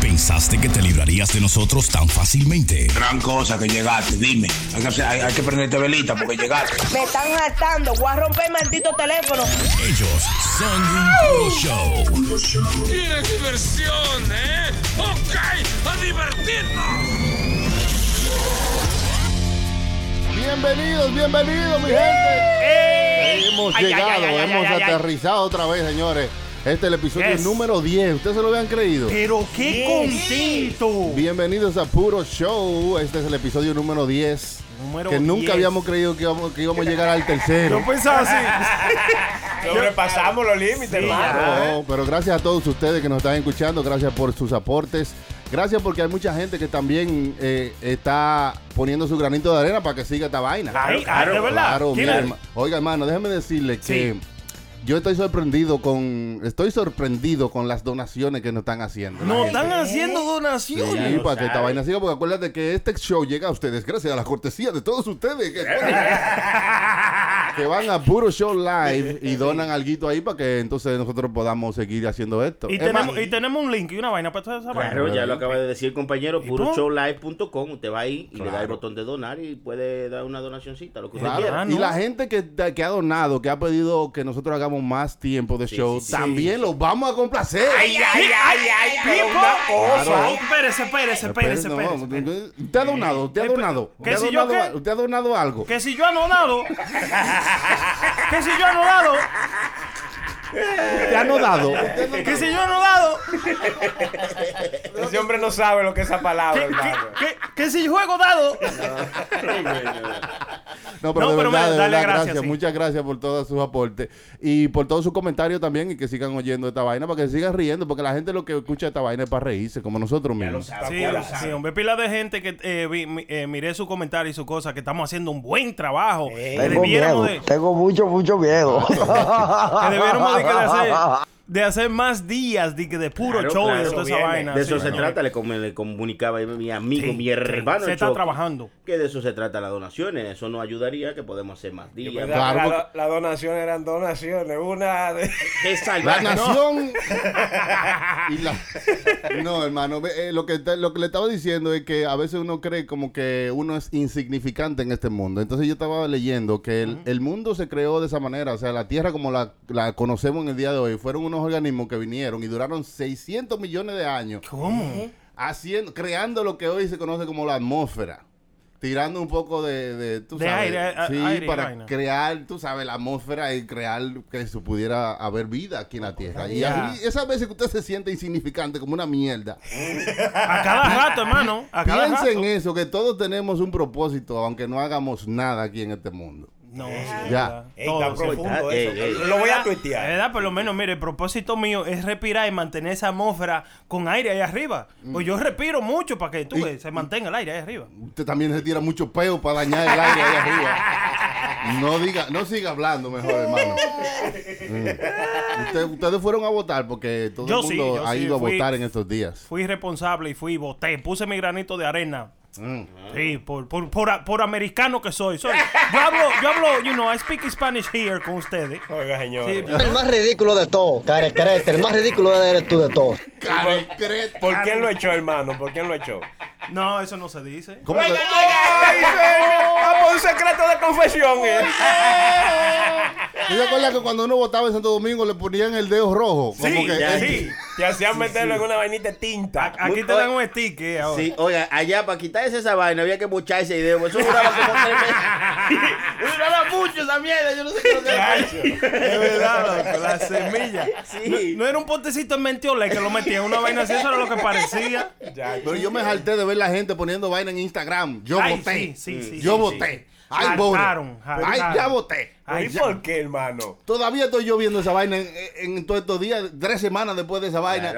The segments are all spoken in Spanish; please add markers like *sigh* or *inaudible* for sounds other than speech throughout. pensaste que te librarías de nosotros tan fácilmente? Gran cosa que llegaste, dime. Hay que, hacer- hay- hay que prenderte velita porque llegaste. Me están hartando. Voy a romper el maldito teléfono. Ellos son un puro show. ¿Quieres diversión, eh? ¡Ok! ¡A divertirnos! Bienvenidos, bienvenidos, mi gente. Hemos ¡Eh! Ay, ay, llegado, ay, ay, ay, hemos ay, ay. aterrizado otra vez, señores. Este es el episodio Yes. número 10. ¿Ustedes se lo habían creído? Pero qué contento. Bienvenidos a Puro Show. Este es el episodio número 10. Número que nunca 10. habíamos creído que íbamos, que íbamos a llegar al tercero. Yo pensaba pues, así. *laughs* Sobrepasamos los límites, hermano. No, pero gracias a todos ustedes que nos están escuchando, gracias por sus aportes, gracias porque hay mucha gente que también eh, está poniendo su granito de arena para que siga esta vaina. Ay, ay, de verdad. Claro, ¿Quién mira, es? herma- oiga, hermano, déjame decirle que yo estoy sorprendido con estoy sorprendido con las donaciones que nos están haciendo. la Nos gente. están haciendo Sí, donaciones. para que esta vaina siga, porque acuérdate que este show llega a ustedes gracias a la cortesía de todos ustedes. *laughs* Que, que van a Puro Show Live y donan alguito ahí para que entonces nosotros podamos seguir haciendo esto. Y Es tenemos, más, y tenemos un link y una vaina para toda esa Claro, vaina. ya lo acaba de decir el compañero, ¿Y puroshowlive.com. Usted va ahí y le da el Claro. botón de donar y puede dar una donacioncita, lo que usted claro, quiera. Ah, Y ¿no? la gente que, que ha donado, que ha pedido que nosotros hagamos más tiempo de show, también los vamos a complacer. ay, ay, ay, pero una cosa. pues, Claro. Espérese, espérese, espérese, Pero no, espérese. usted- Usted ha donado, usted ha Espera, donado. ¿que usted ha si yo donado qué? a- Usted ha donado algo. Que si yo anonado. que si yo anonado. Usted ha *laughs* donado. usted ha Que si yo anonado. Ese hombre no sabe lo que es esa palabra, Que, que, que si juego dado. No, pero, No, de pero verdad, me- de dale verdad, gracias, gracias. sí. Muchas gracias por todos sus aportes y por todos sus comentarios también y que sigan oyendo esta vaina para que sigan riendo, porque la gente lo que escucha esta vaina es para reírse, como nosotros mismos. Sí, sí, hombre, pila de gente que eh, vi- mi- eh, miré su comentario y su cosa, que estamos haciendo un buen trabajo. Eh. Tengo Que miedo, debiéramos de, tengo mucho, mucho miedo. que debiéramos de, que de hacer, *laughs* de hacer más días de, que de puro show de toda esa vaina. De eso sí, se ¿no? trata, le, com- le comunicaba a mi amigo, Sí, mi sí, hermano. se está Choco, trabajando. Que de eso se trata las donaciones. Eso nos ayudaría que podemos hacer más días. pensaba- Claro, Las donaciones eran donaciones. Una de. Qué La salvaje. nación. *laughs* y la- *laughs* No, hermano, ve, eh, lo, que te- lo que le estaba diciendo es que a veces uno cree como que uno es insignificante en este mundo. Entonces yo estaba leyendo que el, el mundo se creó de esa manera. O sea, la Tierra como la, la conocemos en el día de hoy, fueron unos organismos que vinieron y duraron 600 millones de años. ¿Cómo? haciendo, creando lo que hoy se conoce como la atmósfera. Tirando un poco de, de, tú De sabes, aire, a- sí, aire y para vaina. crear, tú sabes, la atmósfera y crear que se pudiera haber vida aquí en la Tierra. Y Ya. así- esas veces que usted se siente insignificante, como una mierda, A cada rato, hermano. A cada rato. piensen en eso, que todos tenemos un propósito, aunque no hagamos nada aquí en este mundo. No, sí, Ya. verdad. Todo, sí. profundo eso. Lo voy a La tuitear. verdad, por lo menos, mire, el propósito mío es respirar y mantener esa atmósfera con aire ahí arriba. Pues yo respiro mucho para que tú Y- ves, se mantenga el aire ahí arriba. Usted también se tira mucho peo para dañar el aire ahí arriba. No diga, no siga hablando mejor, hermano. Mm. Usted- ustedes fueron a votar porque todo Yo el sí, mundo yo ha sí, ido fui- a votar en estos días. Fui responsable y fui y voté. Puse mi granito de arena. Mm. Sí, por, por, por, por americano que soy. soy. Yo hablo, yo hablo, you know, I speak Spanish here con ustedes. Oiga, señor. Sí, el más ridículo de todo, carecrete, el más ridículo eres tú de todo. Carecreta. ¿Por quién lo echó, hermano? ¿Por quién lo echó? No, eso no se dice. ¿Cómo que- ¡Ay, Vamos, un secreto de confesión. eh. ¿Tú te acuerdas que cuando uno votaba en Santo Domingo le ponían el dedo rojo? Como Sí, que- eh, ya, sí. Te hacían meterlo en una vainita de tinta. Aquí te dan un sticker ahora. *laughs* Sí, oiga, allá para quitarse esa vaina había que muchar ese video. Eso duraba como tres *laughs* meses. duraba mucho esa mierda. Yo no sé qué lo De verdad, loco, la semilla. Sí. No era un potecito en mentiola que lo metía en una vaina así, eso era lo que parecía. Ya, Pero yo me jalté de ver la gente poniendo vaina en Instagram. Yo Ay, voté. sí, sí, sí, Yo sí, voté. sí. Ay, voté. Jaltaron, Ay, ya jaltaron. voté. ¿Y por qué, hermano? Todavía estoy yo viendo esa vaina en, en todos estos días, tres semanas después de esa vaina.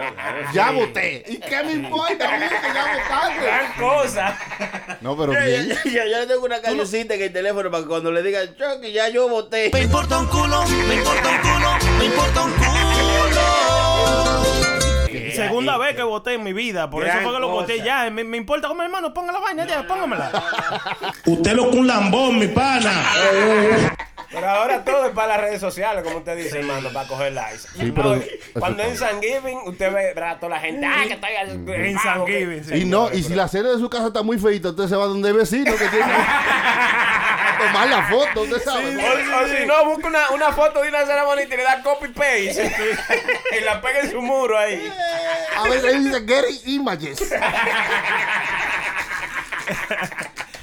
ya voté. ¿Y qué me importa a mí que ya Gran *laughs* cosa. votaste? No, pero Yo, bien. yo, yo- yo le tengo una callecita en el teléfono para que cuando le digan, Chucky, ya yo voté. Eh, Segunda vez que voté en mi vida, por eso Gran fue que lo voté cosa. ya. Me, me importa como hermano, ponga la vaina ya, póngamela. Usted lo que un lambón, mi pana. Pero ahora todo es para las redes sociales, como usted dice, hermano, para coger likes. Sí, pero- No, cuando es en San Giving, usted ve verá a toda la gente. ¡Ah, que estoy al- En San Giving, sí. Y no, y si la cena de su casa está muy feita, usted se va donde el vecino que tiene a tomar la foto, usted sabe. O, o si no, busca una, una foto de una cena bonita y le da copy-paste. y la pega *laughs* en su muro ahí. A veces dice Getty Images.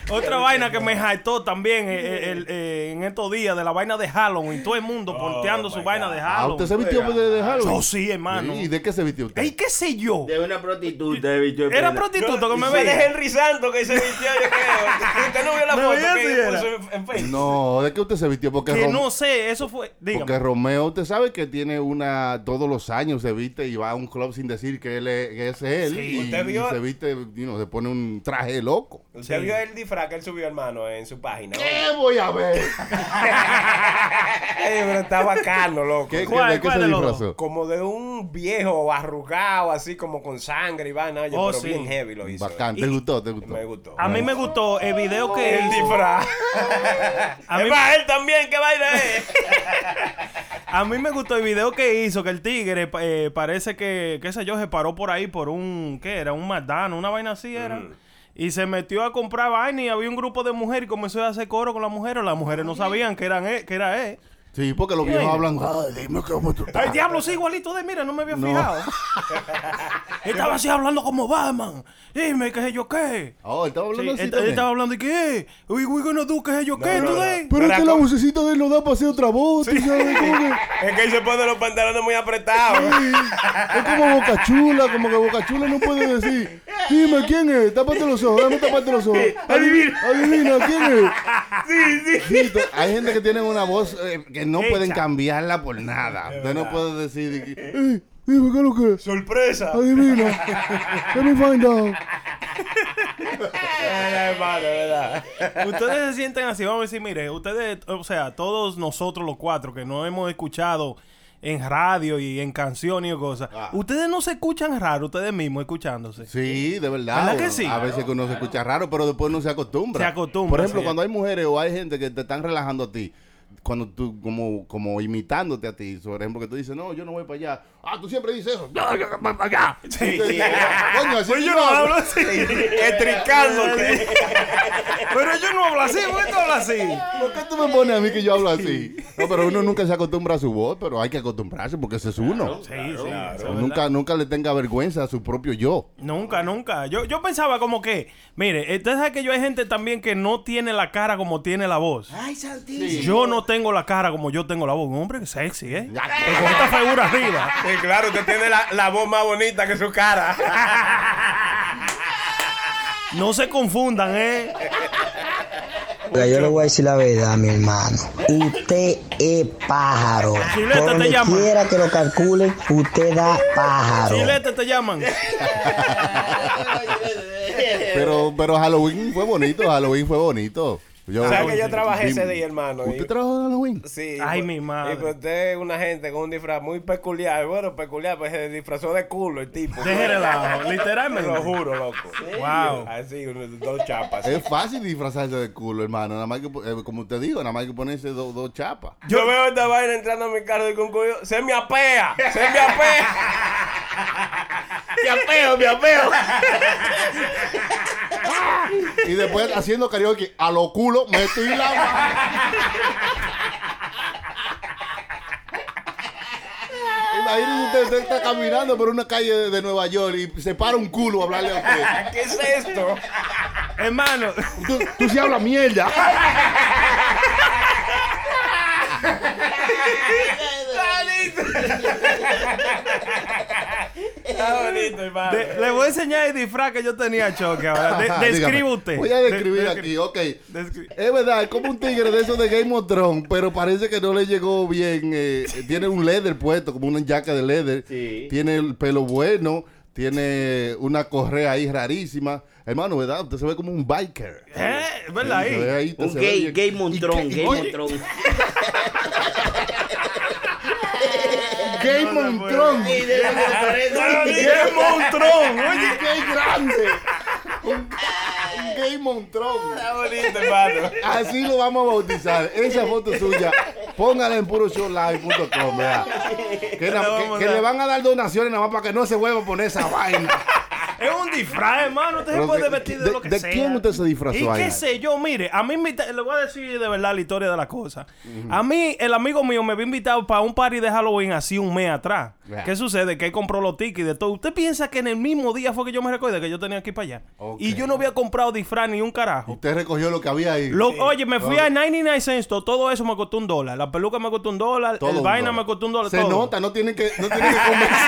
Otra vaina que me hartó también eh, el- eh, en estos días de la vaina de Halloween. Todo el Oh, mundo ponteando su vaina de Ah, Halloween. usted se vistió de, de Halloween. Yo Oh, sí, hermano. ¿Y de qué se vistió usted? Ey, qué sé yo. De una prostituta, de bicho. de Era piedra. prostituto que me Fue de veía. Henry Santos que se vistió, yo creo. Usted no vio la Me foto vi así que era. puso en, en Facebook. No, ¿de qué usted se vistió? Porque, Que Rom- no sé, eso fue. Dígame. porque Romeo, usted sabe que tiene una. Todos los años se viste y va a un club sin decir que él es, que es él. Sí, y, usted vio- y se viste, you know, se pone un traje loco. Usted vio el disfraz que él subió, hermano, en su *laughs* página. ¿Qué voy a ver? Ey, pero está bacano, loco. ¿Qué, qué- ¿Cuál- ¿De qué cuál se de los disfrazó? Como de un viejo arrugado, así como con sangre y vaina. Oye, Oh, pero sí. bien heavy lo hizo. Bacán, ¿te gustó? ¿Te gustó? Me gustó. A mí me gustó el video que El él hizo. disfraz. A mí- Es para él también, qué vaina es. *laughs* A mí me gustó el video que hizo, que el tigre pa- eh, parece que, qué sé yo, se paró por ahí por un, ¿qué era? Un McDonald's, una vaina así era. Y se metió a comprar vaina y había un grupo de mujeres y comenzó a hacer coro con las mujeres. Las mujeres no sabían que, eran él- que era él. Sí, porque los viejos hablan. Ay, Ah, dime cómo tú El estás. diablo sí, igualito de mira, no me había *laughs* fijado. estaba así hablando como Batman. Dime, qué sé yo qué. Oh, él estaba Sí, hablando así él- él también. estaba hablando y qué, we, we gonna do, qué sé yo qué, no, no. today. Pero es Pero que la la co- vocecita de él no da para hacer otra voz, tú ¿sabes? Como que, Es que él se pone los pantalones muy *laughs* apretados. sí, es como Boca Chula, como que Boca Chula no puede decir. Dime, ¿quién es? Tápate los ojos, dame taparte los ojos. Adivina. Adivina, ¿quién es? Sí, sí. Hay gente que tiene una voz eh, que no pueden cambiarla por nada. Usted no puede decir, de que, "Ey, dime, ¿qué es lo que es? Sorpresa. *laughs* Adivina. Let me find out. Ay, hermano, de verdad. Ustedes se sienten así, vamos a decir, mire, ustedes, o sea, todos nosotros los cuatro que no hemos escuchado en radio y en canciones y cosas, ustedes no se escuchan raro ustedes mismos escuchándose. Sí, de verdad. Eh, ¿Verdad que sí? A veces que uno se escucha raro, pero después uno se acostumbra. Se acostumbra, Por ejemplo, sí. cuando hay mujeres o hay gente que te están relajando a ti, cuando tú, como, como imitándote a ti, por ejemplo, que tú dices, no, yo no voy para allá. Ah, tú siempre dices eso. No, yo no voy para allá. Sí. Entonces, Coño, así Pues yo no hablo así. Estricándote. Pero yo no hablo así, ¿por qué tú hablas así? ¿Por qué tú me pones a mí que yo hablo así? No, pero uno nunca se acostumbra a su voz, pero hay que acostumbrarse porque ese es uno. Sí, sí. eso es Nunca, nunca le tenga vergüenza a su propio yo. Nunca, nunca. Yo, yo pensaba como que, mire, usted sabe que yo hay gente también que no tiene la cara como tiene la voz. Ay, santísimo. Yo no tengo la cara como yo tengo la voz. Un hombre sexy, ¿eh? Pero con esta figura arriba. Sí, claro, usted tiene la, la voz más bonita que su cara. No se confundan, ¿eh? Oiga, yo le voy a decir la verdad, mi hermano. Usted es pájaro. Ah, Chilete Por te donde llama. quiera que lo calculen, usted da pájaro. Chilete te llaman. Pero, pero Halloween fue bonito, Halloween fue bonito. Yo, O sea que yo trabajé ese día, hermano. y- ¿Usted trabajó en Halloween? Sí, Ay, pues- mi madre. Y pues usted es una gente con un disfraz muy peculiar. Bueno, peculiar, pues se disfrazó de culo el tipo. Deje *laughs* relajo, Te literalmente. lo juro, loco. Wow. Así, unos- dos chapas. *laughs* Es fácil disfrazarse de culo, hermano. Nada más que, po- eh, como te digo, nada más hay que ponerse do- dos chapas. Yo, veo esta vaina entrando a mi carro y con cuyo. Se me apea, se me apea. me apeo, me apeo. Y después haciendo karaoke, a lo culo metí la mano. *laughs* Imagínense usted, usted está caminando por una calle de, de Nueva York y se para un culo a hablarle a usted. ¿Qué es esto? Hermano, Tú, tú sí hablas mierda. Está bonito, hermano. de- le voy a enseñar el disfraz que yo tenía, Choque. Ahora, De- Ajá, describe dígame. usted. Voy a describir De- descri- aquí, ok. descri- Es verdad, es como un tigre de esos de Game of Thrones, pero parece que no le llegó bien. eh, Tiene un leather puesto, como una jaca de leather. Sí. Tiene el pelo bueno, tiene una correa ahí rarísima. Hermano, ¿verdad? Usted se ve como un biker. ¿Eh? ¿Verdad Se ve ahí? ahí, usted Un se gay, ve bien. gay ¿Y montrón, qué- gay y- oye, montrón. Gay montrón. Y de dónde aparece. ¡Qué monstruo! Oye, qué grande. Un, un gay Montrón. Está bonito, hermano. Así lo vamos a bautizar. Esa foto suya, póngala en puroshowlive.com. vea. Que, na- La vamos que- a que dar. le van a dar donaciones nada más para que no se vuelva a poner esa vaina. Es un disfraz, hermano. Usted se Pero puede de- vestir de, de- lo que ¿de sea. quién usted se disfrazó Y ahí? qué sé yo, mire, a mí me invita- le voy a decir de verdad la historia de la cosa. A mí, el amigo mío me había invitado para un party de Halloween así un mes atrás. Yeah. ¿Qué sucede? Que él compró los tickets y de todo. ¿Usted piensa que en el mismo día fue que yo me recuerdo que yo tenía que ir para allá? Ok. Y yo no había comprado disfraz ni un carajo. Usted recogió lo que había ahí. Lo- Oye, me fui a 99 cents, to- todo eso me costó un dólar. La peluca me costó un dólar, Todo el un vaina dólar. me costó un dólar. Se todo. nota, no tiene que, no tiene que convencer.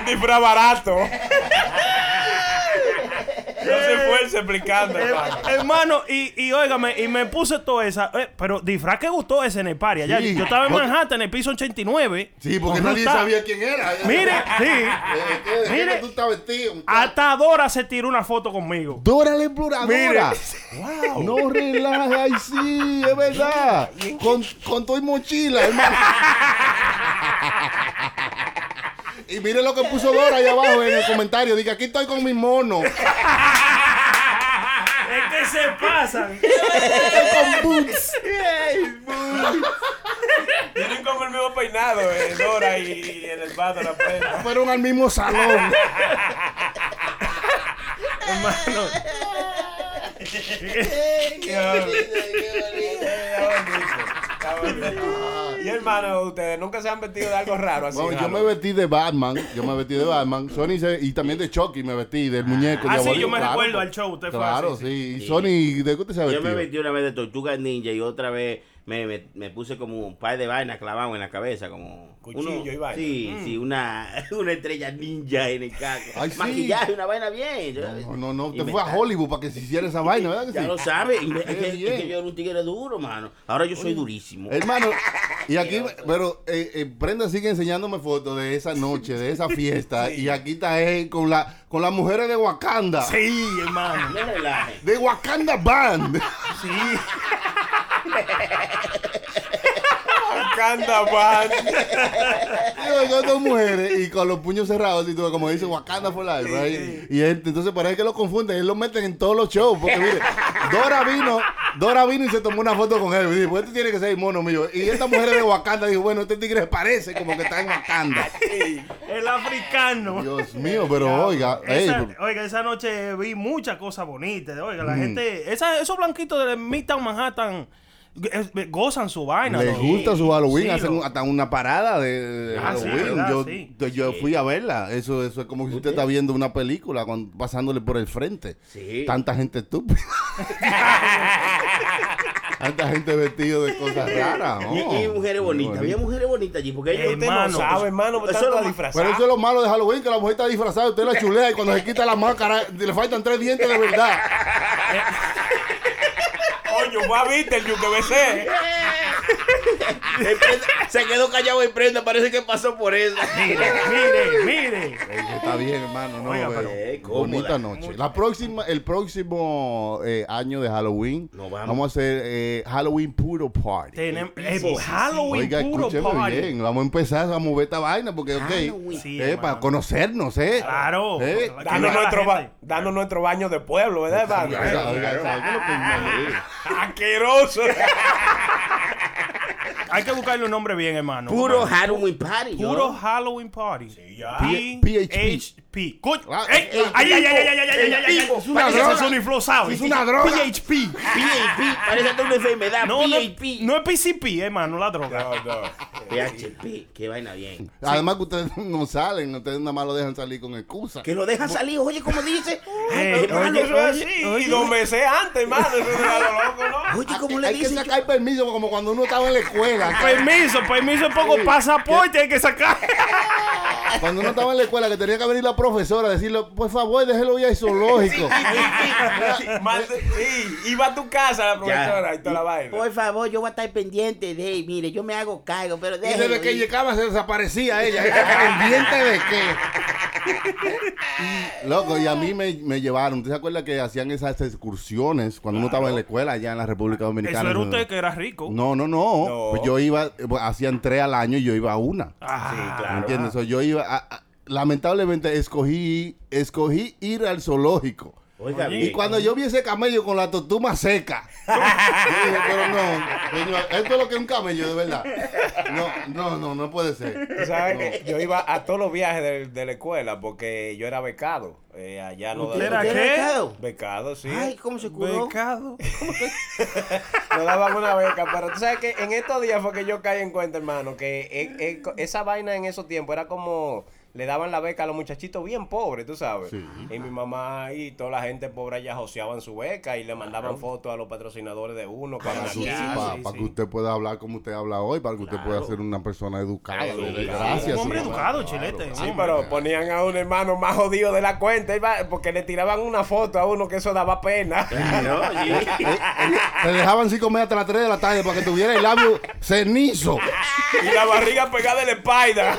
Un disfraz barato. No se esfuerce explicando, hermano. Hermano, y, y óigame, y me puse toda esa. eh, pero disfraz que gustó ese en el party allá. Sí. Yo estaba en No- Manhattan, en el piso 89. Sí, porque Con nadie Ruta. sabía quién era. Mire, Eh, sí. eh, ¿de qué Mire. que tú estás vestido? Hasta Dora se tiró una foto conmigo. Dora la exploradora. Mire. Wow. No relaja, ay sí, es verdad. Con, con todo y mochila, hermano. Y mire lo que puso Dora ahí abajo en el comentario. Dice, aquí estoy con mi mono. Es que se pasan. Estoy con boots. Tienen como el mismo peinado, eh, Dora y, y el hermano, la pena. Fueron al mismo salón. Y hermano, ustedes nunca se han vestido de algo raro así. Bueno, yo raro? me vestí de Batman. Yo me vestí de Batman. Sony se- y también de Chucky me vestí, del muñeco. Ah, sí, diabólico, yo me claro. pues, recuerdo al show, usted fue Claro, así, sí. Y Sony, ¿de qué usted se ha Yo me vestido? metí una vez de tortuga ninja y otra vez me, me, me puse como un par de vainas clavado en la cabeza, como Cuchillo uno- y vaina. Mm. Sí, sí, una, *laughs* una estrella ninja en el caco. Ay, sí. Maquillaje, una vaina bien. Yo- No, no, no. Te inventar. fue a Hollywood para que se hiciera esa vaina, ¿verdad? que *laughs* Ya sí? lo sabes, es que, Qué es bien. Eh. que yo era un tigre duro, mano. Ahora yo soy durísimo. Hermano, y aquí, pero eh, eh, Brenda sigue enseñándome fotos de esa noche, de *laughs* esa fiesta. Y aquí está él con, la, con las mujeres de Wakanda. Sí, hermano. No relajes. De Wakanda Band. Wakanda man. Digo, con dos mujeres y con los puños cerrados, así, tú, como dice Wakanda for life, right? Y él, entonces parece que lo confunden, él lo meten en todos los shows. Porque mire, Dora vino, Dora vino y se tomó una foto con él. Y dijo, este tiene que ser el mono mío. Y esta mujer de Wakanda dijo, bueno, este tigre parece como que está en Wakanda. El africano. Dios mío, pero Mm. oiga, ey, Esa- oiga, esa noche vi muchas cosas bonitas. Oiga, la gente, esa- esos blanquitos de Midtown Manhattan eh, eh, gozan su vaina. Les ¿no? gusta su Halloween, Sí, hacen lo- hasta una parada de, de Ah, sí, Halloween. ¿verdad? yo Sí. yo- yo fui a verla. Eso, eso es como que usted está viendo una película con- pasándole por el frente. Sí. Tanta gente *laughs* estúpida. Tanta gente vestida de cosas raras. Y, oh. y mujeres bonitas, había mujeres bonitas allí, porque ellos Usted Hermano, no sabe, hermano, eso porque es lo está más- disfrazado. Pero eso es lo malo de Halloween, que la mujer está disfrazada, usted la chulea y cuando se quita la máscara le faltan tres dientes de *laughs* verdad. Coño, fue a Viteryu que besé. El prenda- *laughs* se quedó callado en prenda, parece que pasó por eso. Mire, mire. Ey, Está bien, hermano. No, Oiga, pero Eh, cómoda. bonita noche. La próxima, el próximo eh, año de Halloween, No, vamos. a hacer eh, Halloween Puro Party. Tenemos eh, Halloween Oiga, puro escúcheme party. bien. Vamos a empezar a mover esta vaina porque, ok, Halloween. Sí, eh, para hermano. conocernos, ¿eh? Claro. Eh, Claro. Danos Que no haga nuestro, la ba- gente. danos nuestro baño de pueblo, ¿verdad, hermano? oiga, oiga, oiga, oiga. *laughs* Asqueroso. *laughs* Hay que buscarle un nombre bien, hermano. Puro Halloween party. yo. Puro Halloween Party. P- PHP. Coño. Claro, ¡Ey! el ¡Ay, ay, ay, ay, ay, ay, el ay, ay, ay! pico. Es una Parece droga. que es un Es una droga. PHP. PAP, parece hasta una enfermedad. No, no, PAP. no es PCP, hermano, la droga. PHP, qué vaina bien. Además que ustedes *laughs* no salen, ustedes nada más lo dejan salir con excusa. Que lo deja salir, oye, como dice. Eh, *laughs* hermano, oye, Eso es así. oye. Y dos meses antes, hermano. Eso es algo loco, ¿no? Oye, como le Hay que dice. sacar permiso como cuando uno estaba en la *laughs* escuela. Permiso, permiso, poco pasaporte hay que sacar. Cuando uno estaba en la escuela, que tenía que venir la profesora a decirle, por favor, déjelo ya *laughs* al zoológico. Más- sí, iba a tu casa la profesora y toda la vaina. Por favor, yo voy a estar pendiente de él. Mire, yo me hago cargo, pero Y déjelo. desde que ir. llegaba se desaparecía ella. ¿Pendiente de qué? *laughs* Loco, y a mí me, me llevaron. ¿Usted se acuerda que hacían esas excursiones cuando uno estaba en la escuela allá en la República Dominicana? Eso era usted que era rico. No, no, no. Pues yo iba, eh, pues, hacían tres al año y yo iba a una. Ah, ¿Me entiendes? So, yo iba a- a- lamentablemente escogí, escogí ir al zoológico. Oiga, Oye, eh, bien. Y cuando yo vi ese camello con la totuma *laughs* seca, yo dije, pero no, señor, esto es lo que es un camello, de verdad. No, no, no, no puede Tú ser. sabes que yo iba a todos los viajes de, de la escuela porque yo era becado. Eh, allá no ¿Usted daban- era qué? becado? Becado, sí. Ay, ¿cómo se curó? *laughs* Becado. Nos daban una beca, pero tú sabes que en estos días fue que yo caí en cuenta, hermano, que e- e- esa vaina en esos tiempos era como le daban la beca a los muchachitos bien pobres, tú sabes. Sí. Y mi mamá y toda la gente pobre allá joseaban su beca y le mandaban fotos a los patrocinadores de uno. que Para, eran su- artistas. pa- sí, para sí. que usted pueda hablar como usted habla hoy, para que usted pueda ser una persona educada. de- de- Educado. gracias. Un hombre sí, claro. educado, chilete. Sí, hombre. pero ponían a un hermano más jodido de la cuenta iba- porque le tiraban una foto a uno que eso daba pena. No, *laughs* sí. Te dejaban sin comer hasta las 3 de la tarde para que tuviera el labio *laughs* cenizo. y la barriga pegada en la espalda.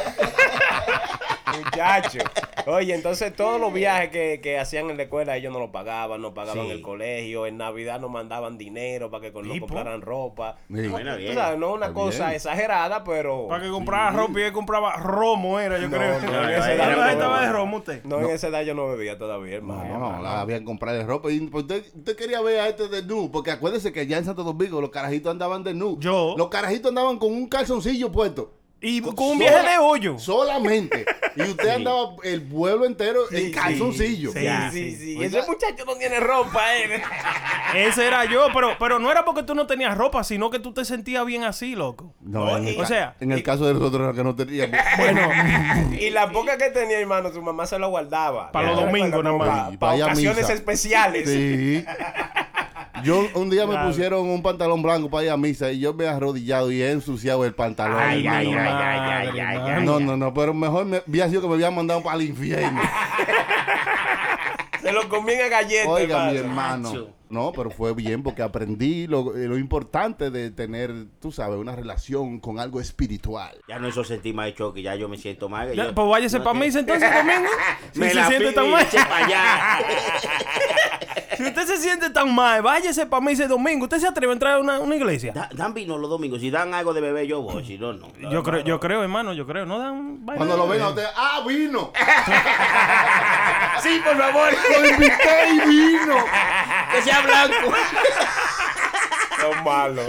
Muchacho. Oye, entonces todos los viajes que, que hacían en la escuela, ellos no lo pagaban, no pagaban Sí. el colegio, en Navidad nos mandaban dinero para que con- nos Tipo. compraran ropa. Sí. Bueno, Tú bien. sabes, no una Está cosa bien. exagerada, pero Para que comprara ropa y él compraba romo, era, yo No, creo. *laughs* no, no, Ahí era estaba- romo. estaba de romo usted. no, en esa edad yo no bebía todavía, hermano. No, no, la habían comprado de ropa. Y pues, usted, usted quería ver a este desnudo, porque acuérdese que ya en Santo Domingo los carajitos andaban desnudos. Yo. Los carajitos andaban con un calzoncillo puesto. Y con Sola- un viaje de *laughs* hoyo. Solamente. Y usted andaba el pueblo entero en calzoncillo. sí. Sí, sí, sí. Ese muchacho no tiene ropa, *laughs* eh. Ese era yo, pero, pero no era porque tú no tenías ropa, sino que tú te sentías bien así, loco. No, en el, o ca- sea, eh, en el caso de nosotros era que no teníamos. *laughs* Bueno, Y la poca que tenía, hermano, su mamá se lo guardaba. Para los domingos nada más. Para, Vaya ocasiones misa. especiales. *laughs* Sí. Yo un día me Claro. pusieron un pantalón blanco para ir a misa y yo me he arrodillado y he ensuciado el pantalón. Ay, ay, hermano. ay, ay, ay, Madre, ay, madre. ay. Ah, no, no, no, pero mejor me había sido que me habían mandado para el *laughs* infierno. Se lo comían a galletas. Oiga, hermano. mi hermano. Macho. No, pero fue bien porque aprendí lo, eh, lo importante de tener, tú sabes, una relación con algo espiritual. Ya no eso sentí más hecho que ya yo me siento mal. ya, Yo- pues váyase no para te- Ah, mí *laughs* entonces, Domingo. Si Me se la siente tan mal. pinche pa' allá. *laughs* Si usted se siente tan mal, váyase para mí Domingo. ¿Usted se atreve a entrar a una, una iglesia? Da- dan vino los domingos. Si dan algo de bebé, yo voy. Si no, no. yo creo, yo creo, hermano, yo creo. No dan vaina. Cuando lo ven a usted, ¡ah, vino! Sí, por favor. ¡Lo invité y vino! que sea blanco. Son malos.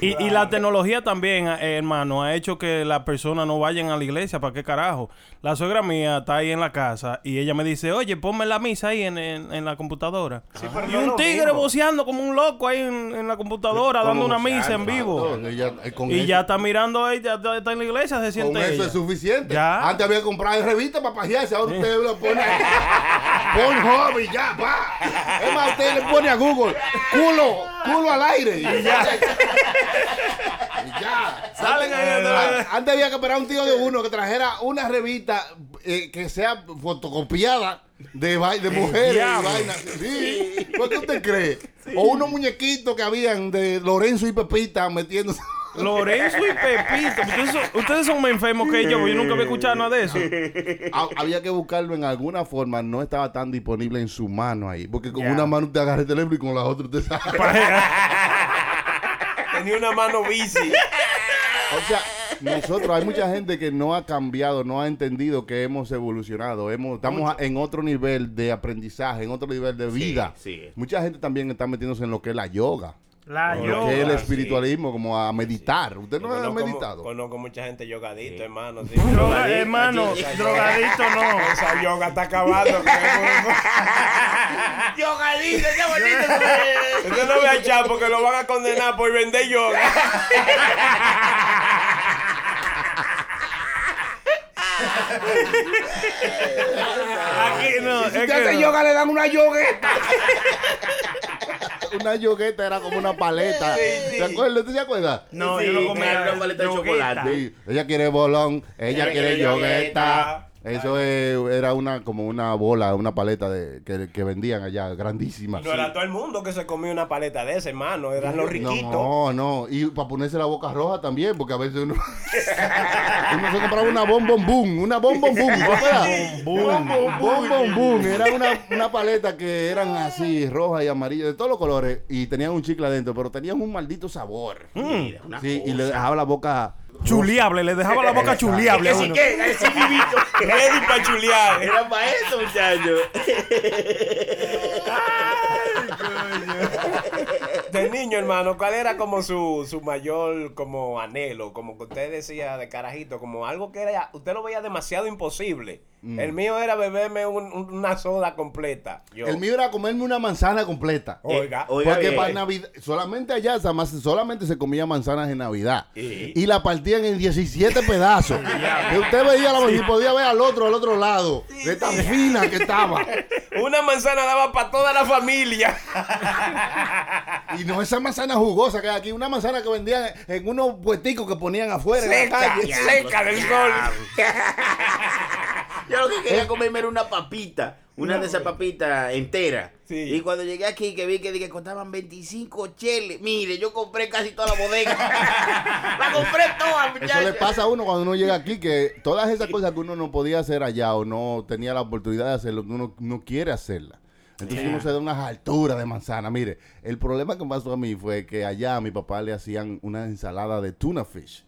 Y, y la tecnología también, eh, hermano, ha hecho que las personas no vayan a la iglesia. ¿Para qué carajo? La suegra mía está ahí en la casa y ella me dice, oye, ponme la misa ahí en, en- en la computadora. pero y no es un lo tigre mismo. boceando como un loco ahí en, en la computadora dando una misa en vivo. No, ya, eh, con Y eso- ya está mirando ahí, ya está, está en la iglesia, se Con siente eso ella. es suficiente. Ya. Antes había comprado el revista para pajearse, ahora usted lo pone *laughs* ahí. Pon hobby, ya, va. Es más, usted le pone a Google, culo, culo al aire. Y ya. Y ya. Salen ahí, Antes- Antes había que esperar un tío de uno que trajera una revista eh, que sea fotocopiada de, vai- de mujeres y diablo. vainas. Sí. ¿Por qué usted cree? O unos muñequitos que habían de Lorenzo y Pepita metiéndose. Lorenzo y Pepito. Ustedes son, ustedes son más enfermos que yo, porque yo nunca había escuchado nada de eso. Ha- Ah, había que buscarlo en alguna forma, no estaba tan disponible en su mano ahí. Porque con Ya. una mano usted agarra el teléfono y con la otra usted saca. Tenía una mano bici. O sea, nosotros, hay mucha gente que no ha cambiado, no ha entendido que hemos evolucionado. Hemos, estamos a- en otro nivel de aprendizaje, en otro nivel de vida. sí. Mucha gente también está metiéndose en lo que es la yoga, La en lo yoga. que es el espiritualismo, como a meditar. Usted no ha Conozco- meditado. Conozco mucha gente yogadito, hermano. sí. Droga- hermano, Esa yoga- drogadito no. Esa yoga está acabando. *laughs* Yogadito, qué bonito. Usted no ve a echar porque lo van a condenar por vender yoga. Aquí no, es que no. yoga le dan una yoga. *laughs* Una yogueta era como una paleta. ¿Te acuerdas? ¿Usted se acuerda? No, Sí, yo no sí, comía claro, paleta de yogueta. chocolate. Sí, ella quiere bolón, ella, Ella quiere, quiere yogueta. Eso es- era una como una bola, una paleta de, que, que vendían allá, grandísima. No era todo el mundo que se comía una paleta de ese, hermano. Eran los riquitos. No, no, y para ponerse la boca roja también, porque a veces uno, uno se compraba una bombón boom, una bombón boom, ¿te acuerdas? Boom, Boom, boom, boom. Era una, una paleta que eran así, roja y amarilla, de todos los Mm. colores, y tenían un chicle adentro, pero tenían un maldito sabor. Mira, una Sí, y cosa. le dejaba la boca Chuleable, le dejaba la boca chuleable a uno. Ese vivito. Ready para chulear. Era para eso, muchacho. De niño, hermano, ¿cuál era como su, su mayor como anhelo? Como que usted decía de carajito, como algo que era, usted lo veía demasiado imposible. Mm. El mío era beberme un- un- una soda completa. Yo, El mío era comerme una manzana completa. Eh, Oiga, oiga Porque bien. para Navidad, solamente allá esa mas- solamente se comía manzanas en Navidad. Sí. Y la partían en 17 pedazos. que usted veía la y podía ver al otro, al otro lado. de tan fina que estaba. una manzana daba para toda la familia. Y no esa manzana jugosa que hay aquí, una manzana que vendían en unos puesticos que ponían afuera en la seca, calle. seca del sol. *laughs* Yo lo que quería comerme era una papita, una de esas papitas entera. Sí. Y cuando llegué aquí que vi que, que costaban 25 cheles. Mire, yo compré casi toda la bodega. la compré toda, muchacho. Eso le pasa a uno cuando uno llega aquí, que todas esas cosas que uno no podía hacer allá o no tenía la oportunidad de hacerlo, uno no quiere hacerla. Entonces uno se da unas alturas de manzana. Mire, el problema que me pasó a mí fue que allá a mi papá le hacían una ensalada de tuna fish.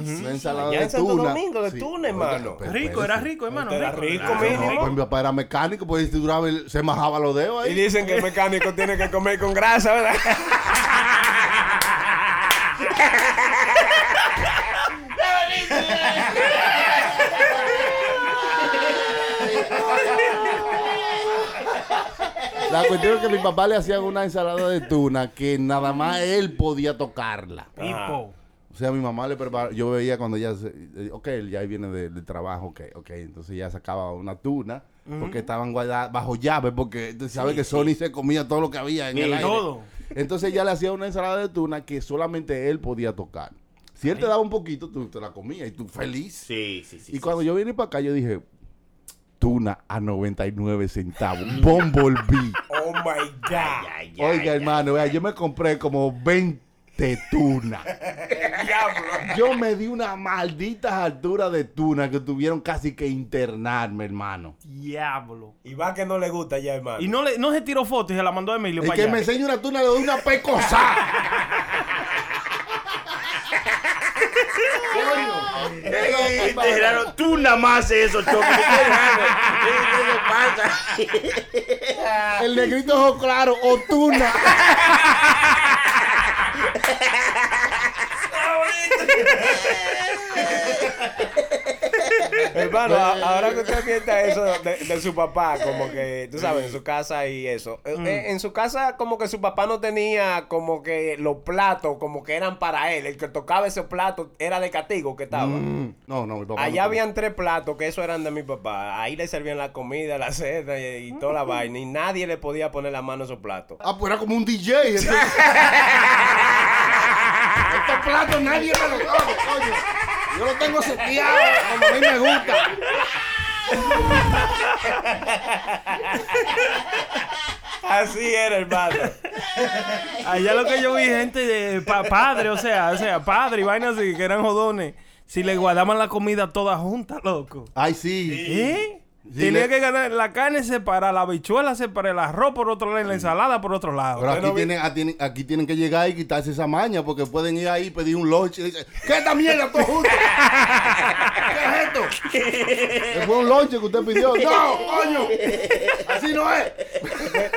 una ensalada allá en Santo Domingo, de tuna, Oiga, hermano. pero Rico, era espérese. rico, hermano. Era rico, No, mínimo. pues mi papá era mecánico, pues se duraba el- se majaba los dedos Y ahí. dicen que el mecánico tiene que comer con grasa, ¿verdad? La cuestión es que mi papá le hacían una ensalada de tuna que nada más él podía tocarla. Hipo. O sea, mi mamá le preparaba, yo veía cuando ella, se- eh, ok, ya ahí viene de- del trabajo, ok, ok, entonces ella sacaba una tuna, porque estaban guardadas bajo llave, porque tú sabes que Sony se comía todo lo que había en el aire. todo. Entonces ella le hacía una ensalada de tuna que solamente él podía tocar. Si él te daba un poquito, tú te la comías y tú feliz. Sí, sí, sí. y cuando yo vine para acá, yo dije, tuna a 99 centavos, Bumblebee. *laughs* Oh my God. Oiga, hermano, vea, yo me compré como 20 tunas. Yo me di una maldita altura de tuna que tuvieron casi que internarme, hermano. Diablo. Y va que no le gusta ya, hermano. Y no, le, no se tiró foto y se la mandó a Emilio El para que me allá. enseña una tuna le doy una pecosa. Ey, te giraron, tú nada más haces eso, choco. ¿Qué te ¿Qué te pasa? El negrito ojo claro o tuna. Hermano, a- *laughs* ahora que usted piensa eso de, de su papá, como que, tú sabes, en su casa y eso. Eh, eh, en su casa, como que su papá no tenía como que los platos, como que eran para él. El que tocaba esos platos era de castigo que estaba. No, no, mi papá. Allá no habían tres platos que eso eran de mi papá. Ahí le servían la comida, la cena y, y toda *laughs* la vaina. Y nadie le podía poner la mano a esos platos. Ah, pues era como un DJ. este. Estos platos Este nadie me los toca, coño. Yo los tengo seteados como a mí me gusta. Así era, hermano. Allá lo que yo vi gente de pa- padre, o sea, o sea, padre y vainas así que eran jodones. Si le guardaban la comida toda junta, loco. Ay, sí. ¿Eh? Sí, Tenía le- que ganar la carne separada, la habichuela separada, el arroz por otro lado, y la ensalada por otro lado. Pero aquí, tienen, ah, tienen- aquí tienen que llegar y quitarse esa maña porque pueden ir ahí pedir un lunch y dicen, ¿qué esta mierda todo junto? ¿Qué es esto? Que Fue un lunch que usted pidió. ¡No, coño! ¡Así no es!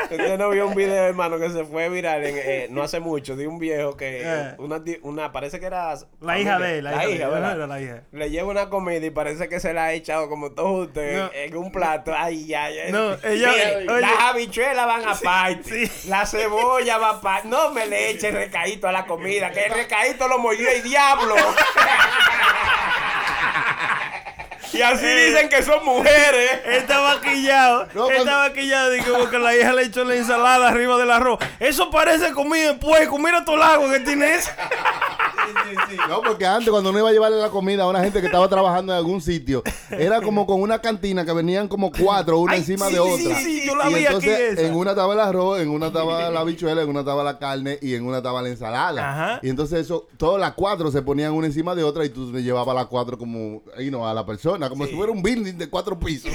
Usted no vio un video, hermano, que se fue viral en, eh, no hace mucho de un viejo que *laughs* Eh. una, ti- una parece que era La hija de él, la hija de él, ¿verdad? era la hija. Le lleva una comida y parece que se la ha echado como todos ustedes No. en un plato. Ay, ay, ay. No, ella- eh, Mire, oye. las habichuelas van aparte, la cebolla va aparte. No me le eche recaíto a la comida, que el recaíto lo molió el *laughs* diablo. y así Eh. dicen que son mujeres. Él estaba quillado, No, cuando- él estaba quillado y como que la hija le echó la ensalada arriba del arroz. Eso parece comida de puerco, mira tu lago que tiene eso. No, porque antes cuando uno iba a llevarle la comida a una gente que estaba trabajando en algún sitio, era como con una cantina que venían como cuatro, una Ay, encima sí, de sí, otra. sí, yo la y vi aquí entonces, esa. en una estaba el arroz, en una estaba la habichuela, en una estaba la carne y en una estaba la ensalada. Ajá. Y entonces eso, todas las cuatro se ponían una encima de otra y tú le llevabas las cuatro como, y no, a la persona, como si fuera un building de cuatro pisos.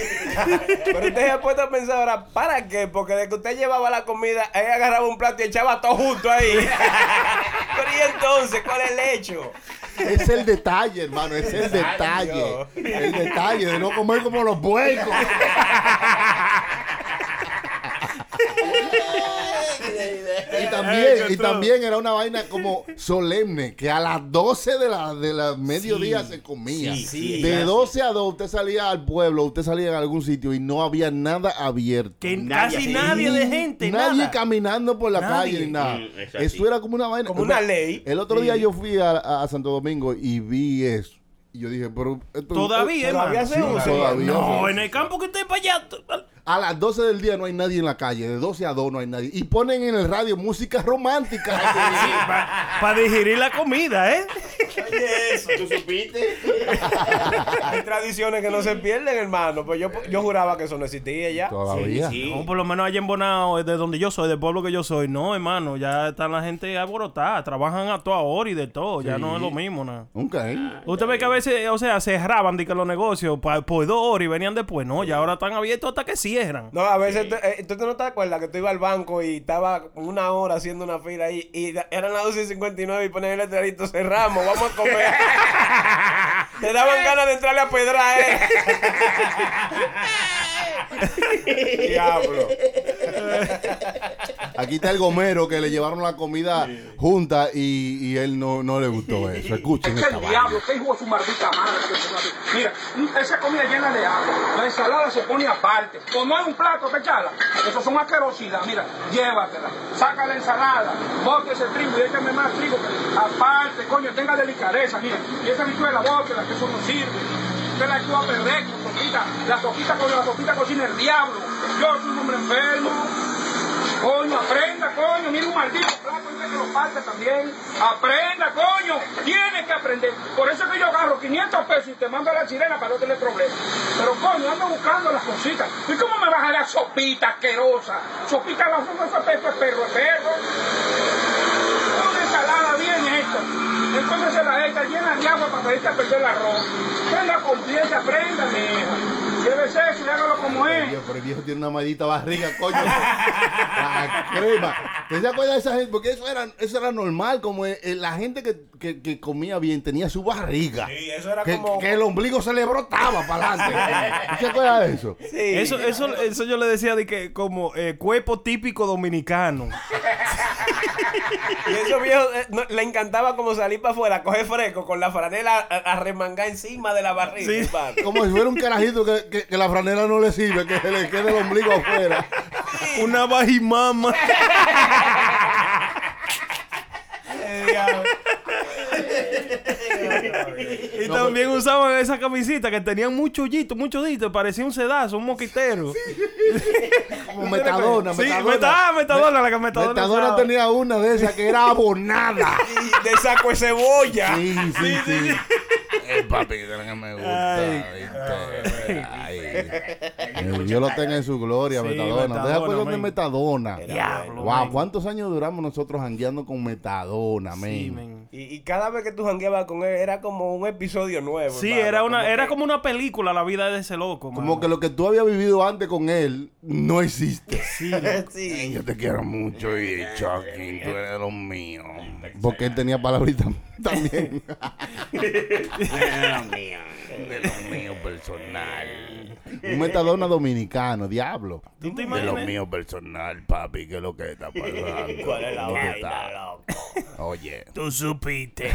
Pero usted se ha puesto a pensar ahora, ¿para qué? Porque de que usted llevaba la comida, él agarraba un plato y echaba todo junto ahí. Pero y entonces, ¿cuál es el hecho? Es el detalle, hermano, es el detalle. El detalle de no comer como los puercos. *laughs* Y Ay, también, control. y también era una vaina como solemne, que a las 12 de la, de la mediodía se comía. Sí, sí, de gracias. 12 a 2 usted salía al pueblo, usted salía en algún sitio y no había nada abierto. Que Nadie, casi sí. nadie de gente, Nadie nada. caminando por la Nadie. calle ni nada. Mm, es así. eso era como una vaina. Como una ley. El otro día yo fui a, a Santo Domingo y vi eso. Y yo dije, pero... esto- Todavía, Todavía hermano. se usa. todavía No, se- en el campo que usted es para allá. t- eh, A las 12 del día no hay nadie en la calle. De 12 a 2 no hay nadie. Y ponen en el radio música romántica. Para digerir la comida, ¿eh? ¿Tú supiste? Hay tradiciones que no se pierden, hermano. Pues yo, yo juraba que eso no existía ya. Todavía. No, por lo menos allá en Bonao, eh, de donde yo soy, del pueblo que yo soy. No, hermano, ya está la gente alborotada. Trabajan a toda hora y de todo. Ya no es lo mismo, nada. Ok. Usted ve que a veces, o sea, cerraban de que los negocios pa- por dos horas y venían después. No, ya ahora están abiertos hasta que cierran. No, a veces tú, eh, ¿tú- tú no te acuerdas que tú ibas al banco y estaba una hora haciendo una fila ahí y da- eran las 12.59 y ponían el letrerito, cerramos, vamos a comer. te daban ganas de entrarle a pedrar, eh. Diablo. Aquí está el gomero que le llevaron la comida junta y, y él no, no le gustó eso. Escuchen ¿Qué esta vaina. diablo? ¿Qué hijo de su maldita madre? que se va a- Mira, mm, esa comida llena de agua. La ensalada se pone aparte. O no hay un plato que echarla. Eso son asquerosidades. Mira, llévatela. Saca la ensalada. Bote ese trigo y échame más trigo. Aparte, coño, tenga delicadeza. Mira, y esa bichuela, bótela, que eso no sirve. Usted la echó a perder con sopita. La sopita con la sopita cocina el diablo. Yo soy un hombre enfermo. Coño, aprenda, coño. Mira un maldito plato mira que lo falta también. Aprenda, coño. Tiene que aprender. Por eso es que yo agarro 500 pesos y te mando a la chilena para no tener problemas. Pero, coño, ando buscando las cositas. ¿Y cómo me vas a dar sopita asquerosa? Sopita la fruta, eso es perro, es perro, es perro. Una ensalada bien hecha. Entonces se la echa llena de agua para que eche a perder el arroz. Tenga confianza, aprenda, mi hija. Llévese eso y hágalo como Eh. es. Oye, Pero el viejo tiene una maldita barriga, coño. La crema. ¿Usted se acuerda de esa gente? Porque eso era, eso era normal. Como eh, eh, la gente que, que- que comía bien tenía su barriga. Sí, eso era que, como- que el ombligo se le brotaba para adelante. ¿Usted se acuerda de eso? Sí. Eso, eso, eso yo le decía de que como eh, cuerpo típico dominicano. *laughs* Y esos viejos eh, no- le encantaba como salir para afuera, coger fresco con la franela arremangada encima de la barriga. Sí. hermano. Como si fuera un carajito que, que- que la franela no le sirve, que se le quede el ombligo afuera. Una bajimama. *laughs* *laughs* y también usaban esa camisita que tenían mucho hoyito, mucho hoyito, parecía un sedazo, un moquitero. Como metadona, Sí, metadona. meta- ah, metadona, la que metadona. Metadona usaba. tenía una de esas que era abonada. Y de saco de cebolla. Sí, sí, sí. Eh, papi, que me gusta. ¿viste? Ay. Eh, Dios lo tenga en su gloria, Sí, Metadona. ¿Te Metadona, acuerdas de men. Metadona? Diablo, Wow, men. ¿cuántos años duramos nosotros jangueando con Metadona, men? Sí, men. Y, y cada vez que tú jangueabas con él era como un episodio nuevo. Sí, hermano. era una, Como era que- como una película la vida de ese loco, mano. Como que lo que tú habías vivido antes con él no existe. Sí, loco. Ay, Sí. Yo te quiero mucho y Chucky, tú eres lo mío. Porque él tenía palabritas *laughs* también. Tú eres lo mío. Tú eres lo mío personal. Un Metadona dominicano, diablo. ¿Tú te De lo imaginas? mío personal, papi, ¿qué es lo que está pasando? ¿Cuál es la ¿Qué vaina, está? Oye, Tú supiste.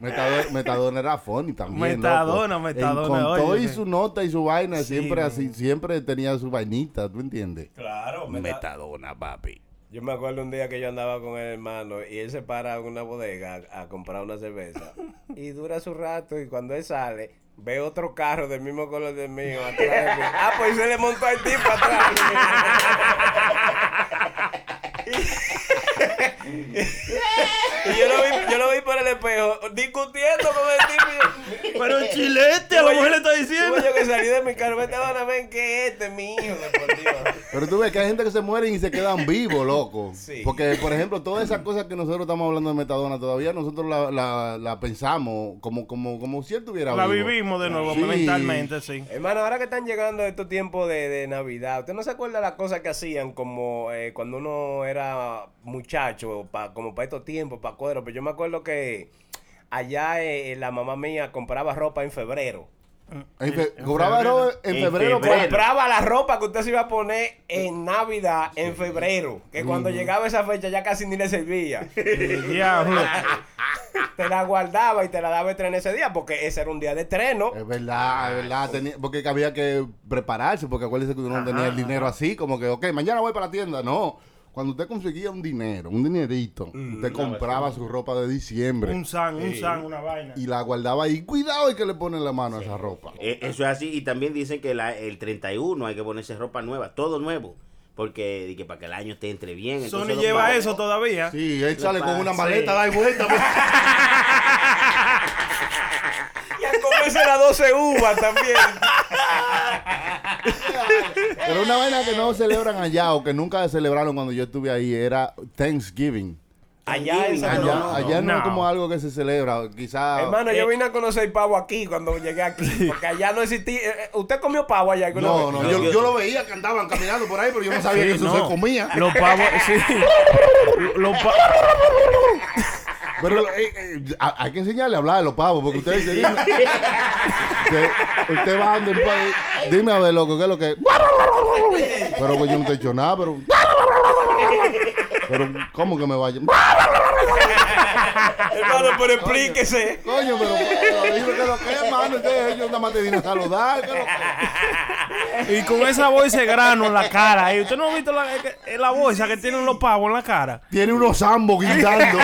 Metado- Metadona era funny también. Metadona, loco. Metadona, En- Con todo oye, y sí. su nota y su vaina, Sí, siempre men. así, siempre tenía su vainita, ¿tú entiendes? Claro, me da- metadona, papi. Yo me acuerdo un día que yo andaba con el hermano y él se para en una bodega a, a comprar una cerveza. y dura su rato y cuando él sale, ve otro carro del mismo color del mío atrás de mí. Ah, pues se le montó el tipo atrás. Y yo lo vi, yo lo vi por el espejo, discutiendo con el tipo. Pero el chilete, a lo Digo mejor yo- le está diciendo. digo Yo que salí de mi carro, vete a ver que este, mi hijo, por Dios. Pero tú ves que hay gente que se muere y se quedan vivos, loco. Porque, por ejemplo, todas esas cosas que nosotros estamos hablando de Metadona, todavía nosotros la, la- la pensamos como, como, como si él tuviera La vivimos de nuevo Sí. mentalmente, sí. Hermano, ahora que están llegando estos tiempos de, de Navidad, ¿usted no se acuerda las cosas que hacían como eh, cuando uno era muchacho, pa- como para estos tiempos, para cuero? Pero yo me acuerdo que allá eh, la mamá mía compraba ropa en febrero. En fe- cobraba error en En febrero. febrero. pues. Compraba la ropa que usted se iba a poner en Navidad, en febrero. Que cuando llegaba esa fecha ya casi ni le servía. Diablo. te la guardaba y te la daba el tren ese día porque ese era un día de estreno. Es verdad, es verdad. Tenía- porque que había que prepararse, porque acuérdese que uno no tenía el dinero así, como que, ok, mañana voy para la tienda. No. Cuando usted conseguía un dinero, un dinerito, Mm, usted compraba su ropa de diciembre Un san, un san, una vaina. y la guardaba ahí. Cuidado y que le ponen la mano a esa ropa. *laughs* Eh, Eso es así. Y también dicen que la- el 31 hay que ponerse ropa nueva, todo nuevo. Porque di que para que el año te entre bien. Sony entonces los lleva padres- eso todavía. Sí, él sale con una Sí. maleta, da vuelta. *laughs* pues. Y a comerse las 12 uvas también. Pero una vaina que no celebran allá o que nunca celebraron cuando yo estuve ahí era Thanksgiving. *laughs* Allá en Santo Allá, Domingo. allá Ah, no, es No. como algo que se celebra, quizás. Hermano, yo vine a conocer pavo aquí cuando llegué aquí. Porque allá no existía. eh, eh, ¿Usted comió pavo allá alguna Eh, no, vez? no, yo, yo lo veía que andaban caminando por ahí, pero yo no sabía Sí, que eso no. se comía. Los pavos, sí. Los pa- Pero eh, eh, a- hay que enseñarle a hablar a los pavos, porque ustedes dicen. usted, usted va donde un pavo, Dime a ver, loco, ¿qué es lo que es? Pero que yo no te he hecho nada, pero. Pero, ¿cómo que me vaya? Hermano, pero explíquese. Coño, pero. pero Dime qué es lo que es, hermano. Ustedes, yo nada más te vine a saludar. ¿qué es lo que es? y con esa voz y ese grano en la cara. ¿eh? ¿Usted no ha visto la, eh, la bolsa que tienen los pavos en la cara? Tiene unos ambos guindando.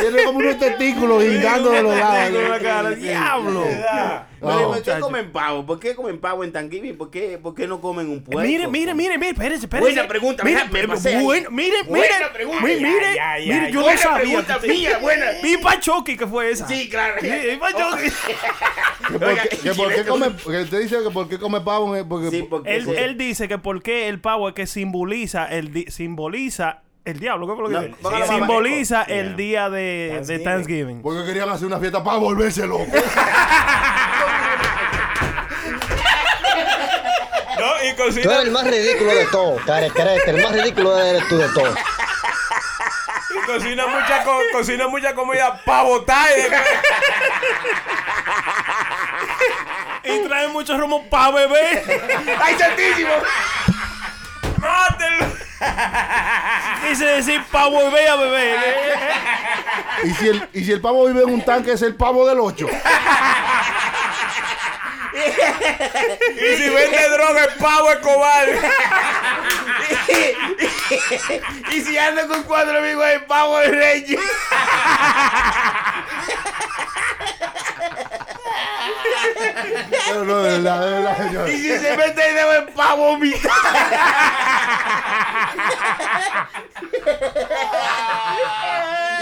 Tiene como unos testículos guindando de los lados. Tengo en la cara, ¡Diablo! Pero, No, ¿Por qué muchacho. comen pavo? ¿Por qué comen pavo en Thanksgiving? ¿Por qué, ¿Por qué no comen un puerco? Mire, mire, mire, mire, espérese, espérese. Buena pregunta, mire, me- me eh, pasé ahí. bueno, mire, mire, Buena mire, pregunta. mire, mire, Ya, ya, ya. yo Buena no sabía. pregunta mía, *laughs* buena. Y pa' Chucky que fue esa. Sí, claro. Y pa' Chucky. Que por qué- que por qué come, que usted dice que por qué come pavo eh, porque, Sí, porque *laughs* Él, se- él dice que porque el pavo es que simboliza el di- simboliza el diablo, ¿qué fue lo que No, dice? póngalo más simboliza abajo. el Ya. día de de Thanksgiving. porque querían hacer una fiesta para volverse loco. No, y Tú cocina, eres el más ridículo de todo, carecrete, el más ridículo eres tú de todo. y cocina mucha Co- cosa. Cocina mucha comida eh, para botar. y después- Y trae muchos romos pa' beber. *laughs* ¡Ay, *laughs* santísimo! ¡Mátenlo! Quise decir pa' volver a beber. y, si el, y si el pavo vive en un tanque, es el pavo del 8. Y si vende droga, el pavo es cobarde. y si ando con cuatro amigos de pavo de reyes. Pero no, de verdad, de verdad, señor. Y si se mete el dedo en pavo, mitad.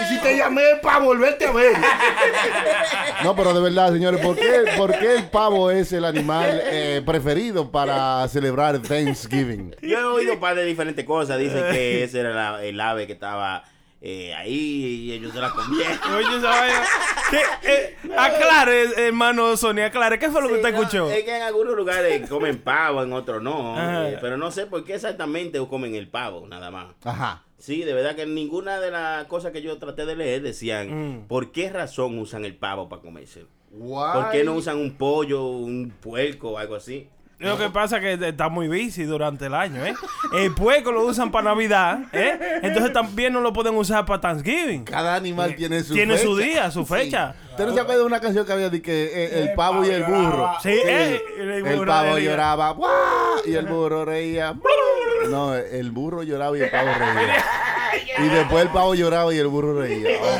Y si te llamé para volverte a ver. No, pero de verdad, señores, ¿por qué, por qué el pavo es el animal eh, preferido para celebrar Thanksgiving? Yo he oído un par de diferentes cosas. Dicen que ese era la- el ave que estaba eh, ahí y ellos se la comieron. *laughs* Oye, esa vaina. ¿Qué, eh, aclare, hermano Sonia, aclare, ¿qué fue lo que usted Sí, no, eh, escuchó? Es que en algunos lugares comen pavo, en otros no. Ajá. eh, pero no sé por qué exactamente comen el pavo, nada más. Ajá. Sí, de verdad que ninguna de las cosas que yo traté de leer decían Mm. por qué razón usan el pavo para comerse. Guay. ¿Por qué no usan un pollo, un puerco o algo así? Lo que pasa es que está muy busy durante el año, ¿eh? El puerco lo usan para Navidad, ¿eh? Entonces también no lo pueden usar para Thanksgiving. Cada animal tiene su Tiene su fecha. día, su fecha. ¿Usted no se acuerda de una canción que había de que eh, el pavo y el burro? Sí, eh, el burro el pavo reía. lloraba ¡guau! y el burro reía. ¡guau! No, el burro lloraba y el *laughs* pavo reía. Y después el pavo lloraba y el burro reía. Ok.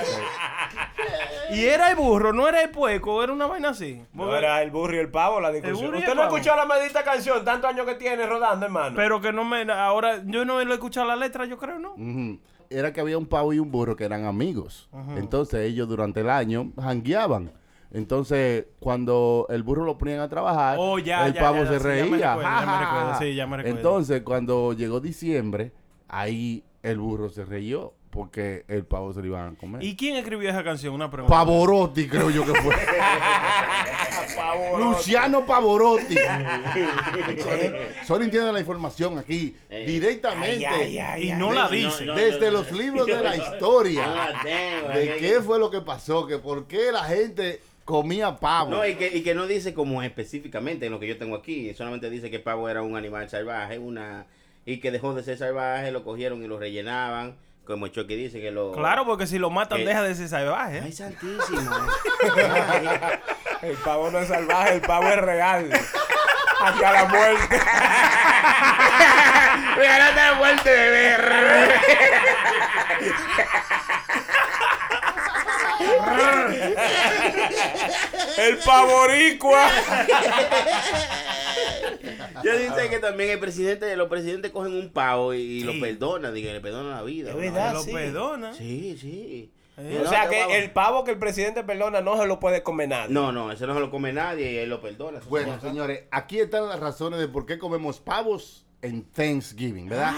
Y era el burro, no era el pueco, era una vaina así. No era el burro y el pavo la discusión. burro y el Usted no pavo. escuchó la maldita canción, tantos años que tiene rodando, hermano. Pero que no me. Ahora, yo no lo he escuchado la letra, yo creo, ¿no? Ujú. Era que había un pavo y un burro que eran amigos. Entonces ellos durante el año jangueaban. Entonces, cuando el burro lo ponían a trabajar, Oh, ya, el ya, pavo ya, se sí, ya me reía. recuerdo, ya me Ja, ja, recuerdo, ja. sí, ya me recuerdo. Entonces, cuando llegó diciembre, ahí el burro se reyó porque el pavo se lo iban a comer. ¿Y quién escribió esa canción? Una pregunta. Pavorotti, creo yo que *laughs* fue. Luciano Pavorotti. Solo- Solo entiendo la información aquí. Directamente. Y no la dice. no, Desde los libros de la *laughs* historia. Ah, damn, De ok. qué fue lo que pasó, que por qué la gente comía pavo. No, y que, y que no dice como específicamente en lo que yo tengo aquí. Solamente dice que el pavo era un animal salvaje, una y que dejó de ser salvaje, lo cogieron y lo rellenaban, como el que dice que lo... Claro, porque si lo matan, Eh. deja de ser salvaje. Ay, santísimo. eh. El pavo no es salvaje, el pavo es real. Hasta la muerte. Me ganaste la muerte de ver. El pavoricua. Yo dice que también el presidente, los presidentes cogen un pavo y, y lo perdonan, digo, le perdonan la vida. ¿no? Que lo perdona. Sí, sí. Eh, este O sea que el pavo que el presidente perdona no se lo puede comer nadie. No, no, eso no se lo come nadie y él lo perdona. Bueno, señores, aquí están las razones de por qué comemos pavos en Thanksgiving, ¿verdad?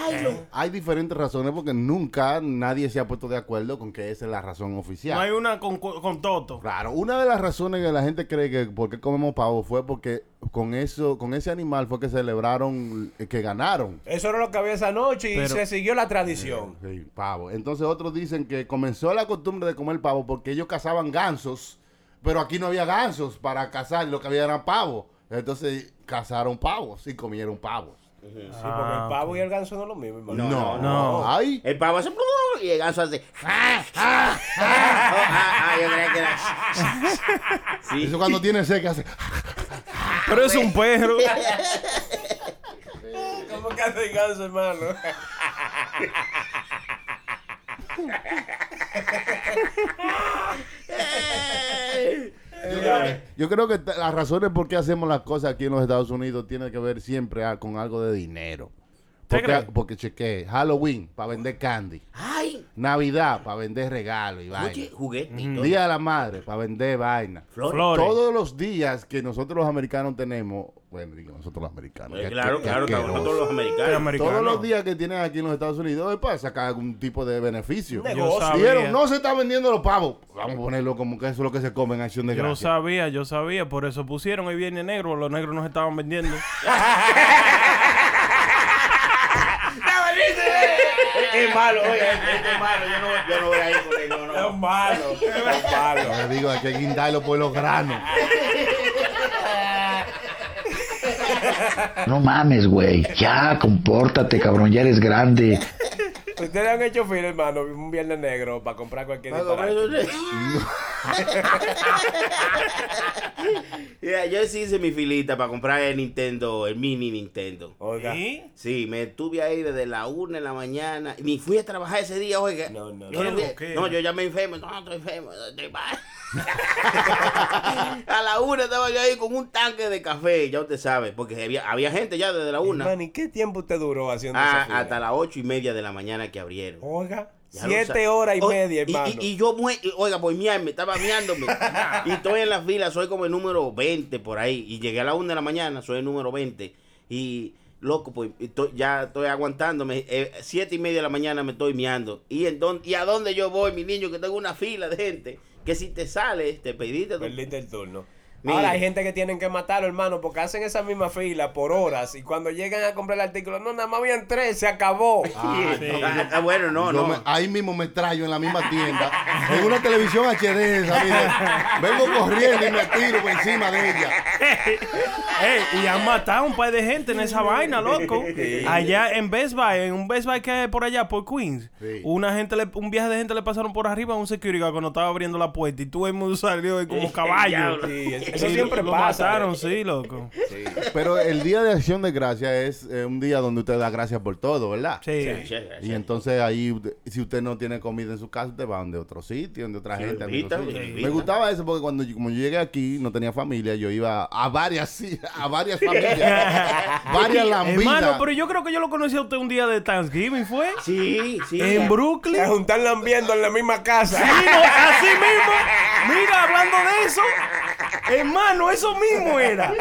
Hay diferentes razones porque nunca nadie se ha puesto de acuerdo con que esa es la razón oficial. No hay una con, con Toto. Claro, una de las razones que la gente cree que por qué comemos pavo fue porque con eso, con ese animal fue que celebraron eh, que ganaron. Eso era lo que había esa noche y Pero- se siguió la tradición. Sí, pavo. Entonces otros dicen que comenzó la costumbre de comer pavo porque ellos cazaban gansos, pero aquí no había gansos para cazar, lo que había eran pavos. Entonces cazaron pavos y comieron pavos. Sí, porque el pavo y el ganso no es lo mismo, hermano. No, no. Ay, El pavo hace y el *laughs* ganso hace. *laughs* "Ah, ah, ah". Oh, ah, ah, yo creía que era- Sí. eso *laughs* cuando tiene sed que hace. Pero es un perro. ¿Cómo que hace el ganso, hermano? Yo creo que t- las razones por qué hacemos las cosas aquí en los Estados Unidos tiene que ver siempre ah, con algo de dinero. ¿Te Porque, crees? porque chequé, Halloween para vender candy, Ay, Navidad para vender regalo y vaina, oye, juguetito. Día de la Madre para vender vaina. Flor. Flores. Todos los días que nosotros los americanos tenemos, bueno, digo nosotros los americanos. Eh, qué- Claro, qué claro, claro, asqueroso. nosotros los *laughs* Pero americanos. americano. Todos los días que tienen aquí en los Estados Unidos es para sacar algún tipo de beneficio. Negocio. Yo sabía. Dijeron, no se está vendiendo los pavos. Vamos a ponerlo como que eso es lo que se come en acción de Yo gracia. sabía, yo sabía. Por eso pusieron el viernes negro. Los negros nos estaban vendiendo. Es, es malo, *laughs* oye, es, es malo. Yo no, yo no voy a ir con él, no, Es no. malo, es malo. Yo digo, hay que guindarlo por los granos. No mames, güey. Ya, compórtate, cabrón. Ya eres grande. Ustedes han hecho fila, hermano, un viernes negro para comprar cualquier Para comer disparate. eso, *laughs* sí. Mira, yo sí hice mi filita para comprar el Nintendo, el mini Nintendo. Oiga. ¿Y? Sí, me estuve ahí desde la una de la mañana. Ni fui a trabajar ese día, oiga. No, no, yo no. fui- Qué loquera. no, yo ya me enfermo. No, estoy enfermo. Estoy *laughs* mal. a la una estaba yo ahí con un tanque de café, ya usted sabe. Porque había, había gente ya desde la una Hermano, ¿y qué tiempo usted duró haciendo a- esa fila? hasta las ocho y media de la mañana que abrieron. Oiga, ah, Ya lo sabe. Oh, siete horas y O- media, hermano. Y, y yo, mue- y, oiga, por miarme, *laughs* estaba miándome. y estoy en la fila, soy como el número 20 por ahí. Y llegué a la 1 de la mañana, soy el número 20. Y, loco, pues estoy- ya estoy aguantándome. Eh, siete y media de la mañana me estoy miando. ¿Y, en dónde- ¿Y a dónde yo voy, mi niño? Que tengo una fila de gente. Que si te sales, te pediste. tu- Perdiste el turno. Mira. Ahora hay gente que tienen que matarlo, hermano, porque hacen esa misma fila por horas y cuando llegan a comprar el artículo, no, nada más habían tres, se acabó. Ah, Ah, ah, bueno, no, Yo no. me- ahí mismo me traigo en la misma tienda, en una televisión HD, esa, mira. Vengo corriendo y me tiro por encima de ella. Ey, y han matado un par de gente en esa vaina, loco. Allá en Best Buy, en un Best Buy que hay por allá, por Queens. Sí. Una gente le- un viaje de gente le pasaron por arriba a un security guard cuando estaba abriendo la puerta. Y tú el mundo salió ahí como caballo. Sí, ese Eso siempre lo pasa. mataron, sí, loco. Pero el día de acción de gracias es eh, un día donde usted da gracias por todo, ¿verdad? Sí. Sí, sí, Y entonces ahí, usted- si usted no tiene comida en su casa, usted va donde otro sitio, donde otra Sí, gente. lo amigos invitan, suyos. lo Me invitan. gustaba eso porque cuando yo, como yo llegué aquí, no tenía familia, yo iba a varias, *laughs* sí, a varias *laughs* familias, varias Hermano, lambidas. pero yo creo que yo lo conocí a usted un día de Thanksgiving, ¿fue? Sí, sí. En *laughs* Brooklyn. Se juntan lambiendo en la misma casa. *laughs* Sí, no, así mismo. Mira, hablando de eso, hermano, eso mismo era.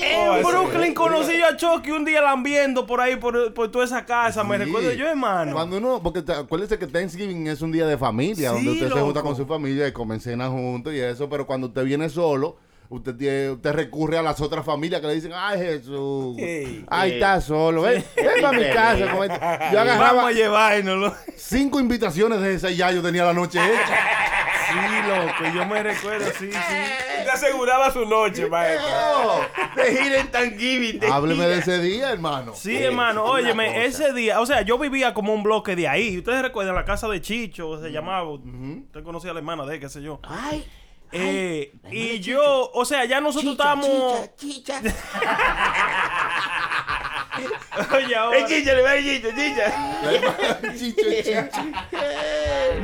En Oh, eso Brooklyn es. conocí yo a Chucky un día lambiendo por ahí, por, por toda esa casa. Me Sí. recuerdo yo, hermano. Cuando uno, porque te- acuérdese que Thanksgiving es un día de familia, Sí, donde usted se junta loco. con su familia y comen cena juntos y eso, pero cuando usted viene solo, usted tiene, usted recurre a las otras familias que le dicen, ay Jesús, Sí. ahí Sí. está solo, ven, ven para mi Sí. casa. come". Yo Vamos agarraba a llevárnoslo. cinco invitaciones de esas y ya yo tenía la noche *laughs* hecha. Sí, loco, yo me recuerdo, sí, sí. Te aseguraba su noche, maestro. Te gira en Thanksgiving. te Hábleme de gira. ese día, hermano. Sí, hermano, eh, una óyeme, cosa. ese día, o sea, yo vivía como un bloque de ahí. Ustedes recuerdan la casa de Chicho, se llamaba, usted conocía a la hermana de, él, qué sé yo. Ay, Eh, y yo, o sea, ya nosotros estábamos... chicha. *laughs* Oye, ahora, Es chicha, le va el chicha, chicha. La hermana- *laughs* Chicho, chicho.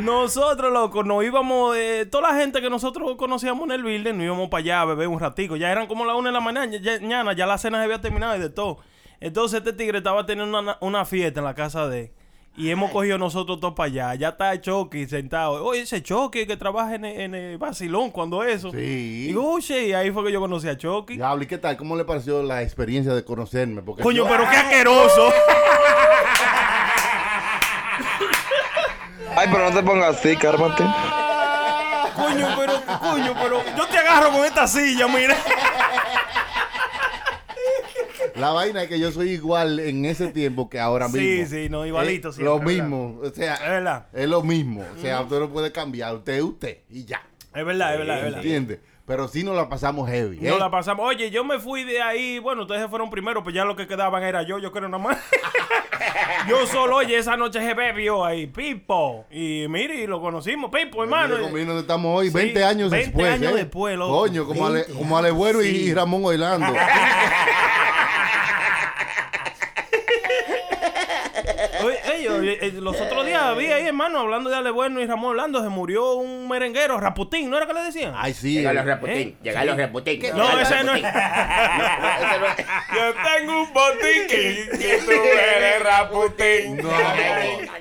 nosotros, loco, nos íbamos, eh, toda la gente que nosotros conocíamos en el building, nos íbamos para allá a beber un ratico. Ya eran como las una de la mañana, ya, ya, ya la cena se había terminado y de todo. Entonces este tigre estaba teniendo una, una fiesta en la casa de él. Y hemos cogido nosotros todos para allá. Ya está Chucky sentado. Oye, ese Chucky que trabaja en, el- en el vacilón cuando eso. Sí. Digo, oye, y ahí fue que yo conocí a Chucky. Diablo, ¿y qué tal? ¿Cómo le pareció la experiencia de conocerme? Porque Coño, yo- pero qué asqueroso. Ay, pero no te pongas así, cármate. Coño, pero, coño, pero. Yo te agarro con esta silla, mira. La vaina es que yo soy igual en ese tiempo que ahora Sí, mismo. sí, no, igualito Es siempre, Lo ¿verdad? mismo. O sea, Es verdad. es lo mismo. O sea, usted no puede cambiar. Usted es usted y ya. Es verdad, es verdad, es verdad. ¿Entiende? Pero sí nos la pasamos heavy. ¿eh? No la pasamos. Oye, yo me fui de ahí. Bueno, ustedes se fueron primero, pues ya lo que quedaban era yo, yo creo *laughs* nada más. yo solo, oye, esa noche se bebió ahí, Pipo. Y mire, y lo conocimos, Pipo, hermano. Mira, conmigo donde estamos hoy, Sí, 20 años 20 después. años ¿eh? después, loco. Coño, como, Ale, 20 como Ale Bueno y- y Ramón *laughs* Oilando. Oye, ey, oye, eh, los otros días vi ahí, hermano, hablando de Ale Bueno y Ramón Orlando, se murió un merenguero, Raputín, ¿no era que le decían? Ay, sí. Llega los eh. reputín, llega los reputín. No, ese no es. Yo tengo un botiquín que tú eres raputín. No.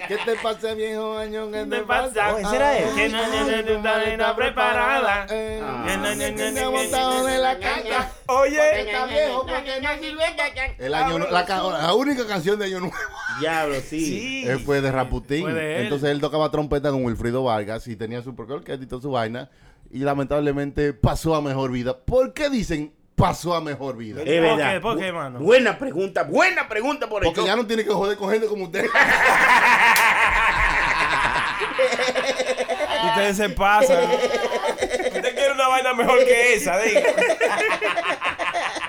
¿Qué te pasa, viejo año? ¿Qué te pasa? Oh, ¿ese era él? Que no, no, no, no, no, no, no, preparada. Ah. Que no, no, no, no, no, no, no, de la caca. Oye, Está viejo porque no *laughs* sirve El año, la, ca- la única canción de Año Nuevo Diablo, sí. él fue de Raputín. fue de él. Entonces él tocaba trompeta con Wilfrido Vargas y tenía su propia orquesta y toda su vaina. Y lamentablemente pasó a mejor vida. ¿Por qué dicen pasó a mejor vida? Eh, Es verdad. qué? ¿Por qué, mano? Buena pregunta, buena pregunta por el Porque ya no tiene que joder con gente como usted. *laughs* Y ustedes se pasan. usted quiere una vaina mejor que esa, diga.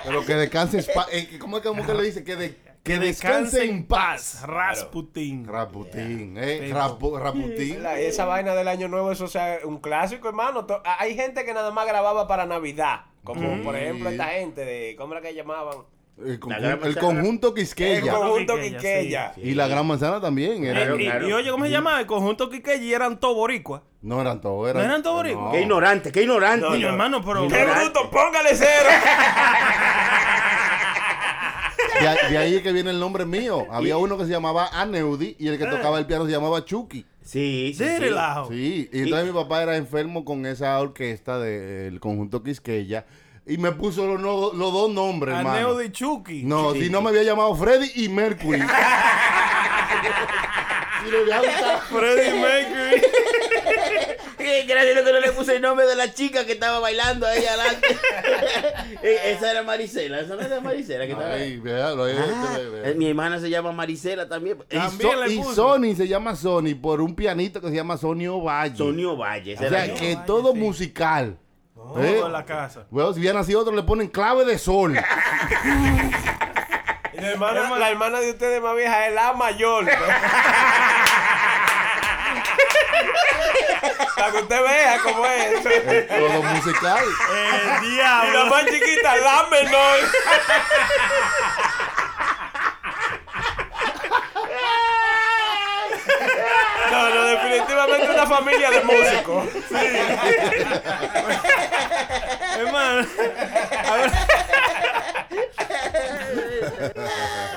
Pero que descanse en paz. Eh, ¿Cómo es que, cómo que lo dice? Que, de- *laughs* que descanse en paz. Rasputin. Raputín, eh. Rapu- Raputín. Eh, La- esa vaina del año nuevo, eso o sea un clásico, hermano. To- a- Hay gente que nada más grababa para Navidad. Como por ejemplo esta gente de. ¿Cómo era que llamaban? El, conjun- La gran el manzana. conjunto El Quisqueya. conjunto Quiqueya, Quiqueya. Y la gran manzana también. era- Claro, y, y- claro. y oye, ¿cómo se llama? El conjunto Quiqueyi eran todos boricuas. No eran todos. ¿No eran todos boricuas? Qué ignorante, qué ignorante. Coño, hermano, pero. ¡Qué bruto! ¡Póngale cero! De, ahí- de ahí es que viene el nombre mío. Había uno que se llamaba Aneudi y el que tocaba el piano se llamaba Chucky. Sí, sí. Sí, sí. relajo. Sí, y entonces mi papá era enfermo con esa orquesta del conjunto Quisqueya y me puso los, no- los dos nombres, Aneo hermano. de Chucky. No, si no me había llamado Freddy y Mercury. Si le hubiera gustado- *laughs* Freddie Mercury. *laughs* Eh, Gracias a Dios que no le puse el nombre de la chica que estaba bailando ahí adelante. *laughs* Eh, esa era Marisela, esa no era Marisela Ah, que estaba ahí. Ay, eh, véalo, ahí, Ah, ve- ve- eh, mi hermana se llama Marisela también. Y, también So- le y puso. Sony se llama Sony por un pianito que se llama Sony Ovalle. Antonio Valle. esa o era sea, yo. que todo musical. ¿Eh? Todo en Oh, la casa. Bueno, si bien así otros le ponen clave de *laughs* sol. Y La hermana, la hermana de ustedes más vieja es la mayor. Para que usted vea cómo es. Todo musical. El diablo. Y la más chiquita, la menor. No, no, definitivamente una familia de músicos. Hermano. a ver.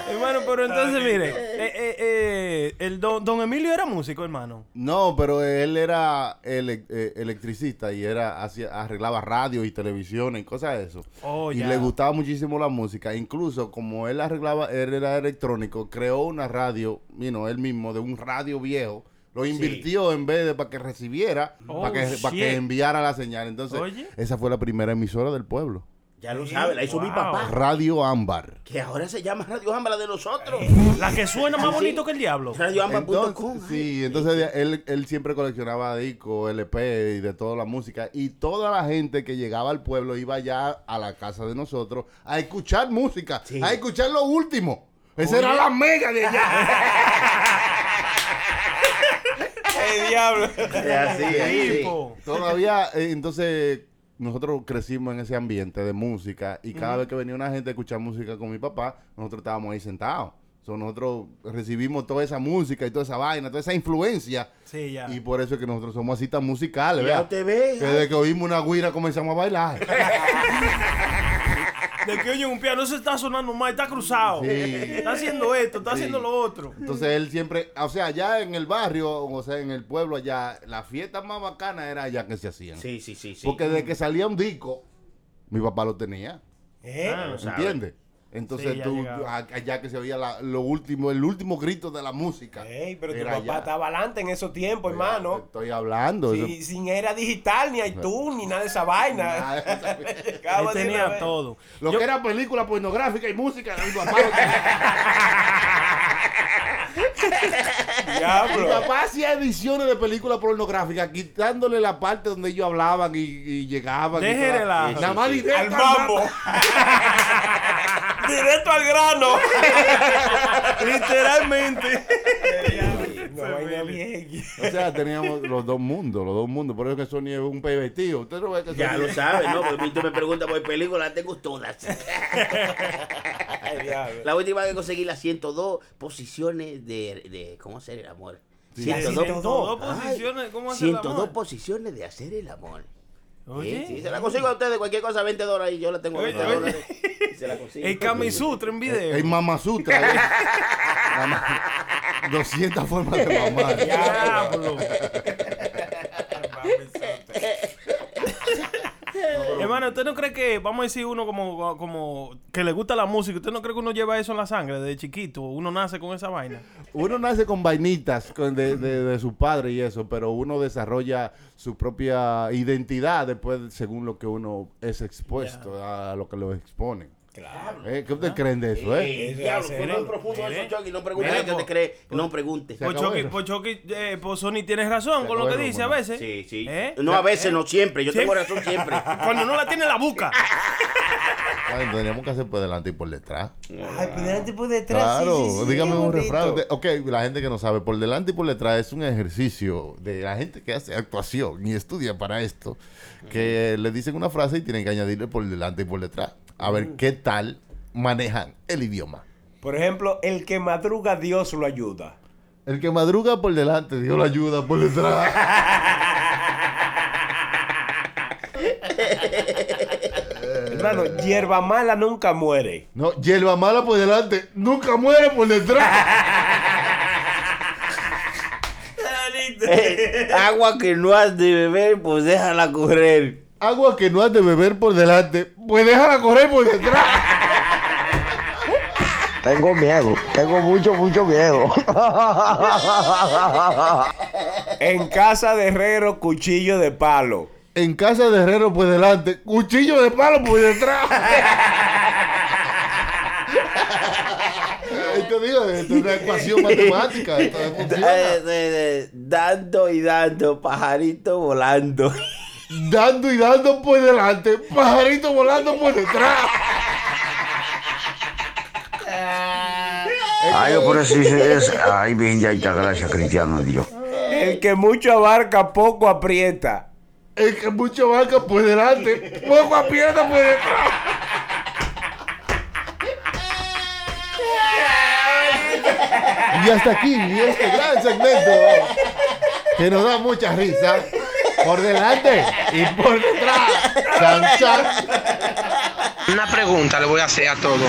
hermano, pero entonces, mire. eh, eh, eh, el don, don Emilio era músico, hermano. No, pero él era ele- eh, electricista y era hacía- arreglaba radio y televisión y cosas de eso. Oh, y ya. le gustaba muchísimo la música. Incluso como él arreglaba, él era electrónico, creó una radio, you know, él mismo, de un radio viejo. Lo invirtió en vez de para que recibiera, Oh, para que, para que shit. enviara la señal. Entonces, Oye. esa fue la primera emisora del pueblo. Ya lo sabe, la hizo mi papá. Radio Ámbar. Que ahora se llama Radio Ámbar, la de nosotros. La que suena más Sí. bonito que el diablo. Entonces, sí, entonces él, él siempre coleccionaba discos, LP y de toda la música. Y toda la gente que llegaba al pueblo iba ya a la casa de nosotros a escuchar música, a escuchar lo último. Esa era la mega de *laughs* allá. El diablo. así, es así. Tipo. *laughs* Todavía, eh, entonces, nosotros crecimos en ese ambiente de música. Y cada Ujú. vez que venía una gente a escuchar música con mi papá, nosotros estábamos ahí sentados. So, nosotros recibimos toda esa música y toda esa vaina, toda esa influencia. Sí, ya. Y por eso es que nosotros somos así tan musicales, Ya ¿verdad? usted ve. Que desde que oímos una guira comenzamos a bailar. De que oye un piano, eso está sonando mal, está cruzado. Sí. Está haciendo esto, está Sí. haciendo lo otro. Entonces él siempre, o sea, allá en el barrio, o sea, en el pueblo allá, las fiestas más bacanas era allá que se hacían. Sí, sí, sí, sí. Porque desde que salía un disco, mi papá lo tenía, ¿Eh? Ah, ¿entiendes? Entonces Sí, ya tú, llegaba. a- allá que se oía la- lo último, el último grito de la música. Ey, pero tu Era papá ya. estaba adelante en esos tiempos, hermano. Estoy hablando. eso- Y sin era digital, ni iTunes, Uh, ni nada de esa vaina. Él Acabo de decir una tenía vez. todo. *laughs* Lo Yo- que era película pornográfica y música, mi *laughs* papá lo tenía. Mi Diablo. papá hacía ediciones de películas pornográficas, quitándole la parte donde ellos hablaban y, y llegaban. y Deje toda- relajo. Nada más directo Al al *laughs* mambo. Directo al grano. Literalmente. Una vaina bien. O sea, teníamos los dos mundos, los dos mundos. Por eso que Sony es un pervertido. Usted no ve que Ya Sony- lo sabe, ¿no? Porque tú me preguntas por película, las tengo *laughs* todas. Ay, diablo. La última que conseguí las 102 posiciones de, de ¿cómo hacer el amor? Sí. Las 102 posiciones, Ay, ¿cómo hacer el amor? 102 posiciones de hacer el amor. Oye. Sí, sí, se la consigo a ustedes, cualquier cosa, 20 dólares, yo la tengo a Oye, 20 oye. dólares. Se la consigo. El Kamisutra en video. El mamasutra. *laughs* ¿eh? La ma- 200 formas de mamar. Diablo. Hermano, ¿usted no cree que, vamos a decir, uno como, como que le gusta la música, ¿usted no cree que uno lleva eso en la sangre desde chiquito? Uno nace con esa vaina. Uno nace con vainitas con- de, de- de su padre y eso, pero uno desarrolla su propia identidad después según lo que uno es expuesto a lo que lo exponen. Claro. ¿Qué ustedes creen de eso, eh? Eh, diablo, fue más profundo eso, Chucky, no pregunte Mire, qué te po- crees, no pregunte. Se acabó Pochoki, eso. Pochoki, eh, Pozoni, tienes razón con lo que Bueno, dice bueno. a veces. Sí, sí. ¿Eh? No, a veces, no siempre, yo tengo Siempre. razón *laughs* siempre. Cuando no la tiene, la busca. Ay, Teníamos Ah, que hacer por delante y por detrás. Ay, pero tipo de detrás. Claro, sí, sí, sí, dígame qué un bonito. refrán. De- ok, la gente que no sabe, por delante y por detrás es un ejercicio de la gente que hace actuación y estudia para esto, que le dicen una frase y tienen que añadirle por delante y por detrás. A ver qué tal manejan el idioma. Por ejemplo, el que madruga, Dios lo ayuda. El que madruga por delante, Dios lo ayuda por detrás. *laughs* Hermano, hierba mala nunca muere. No, hierba mala por delante, nunca muere por detrás. Eh, agua que no has de beber, pues déjala correr. Agua que no has de beber por delante, pues déjala correr por detrás. *laughs* Tengo miedo, tengo mucho, mucho miedo. En casa de herrero, cuchillo de palo. En casa de herrero por delante, cuchillo de palo por *laughs* detrás. Esto digo, esto es una ecuación *laughs* matemática. Esto no Eh, funciona. eh, eh, dando y dando, pajarito volando. *laughs* Dando y dando por delante, pajarito volando por detrás. Ay, por eso dice es. Ay, bien, ya está, gracias, cristiano Dios. El El que mucho abarca, poco aprieta. El que mucho abarca, pues delante. Poco aprieta, pues detrás. Y hasta aquí, este gran segmento que nos da mucha risa. Por delante y por detrás. Chan, chan. Una pregunta le voy a hacer a todos.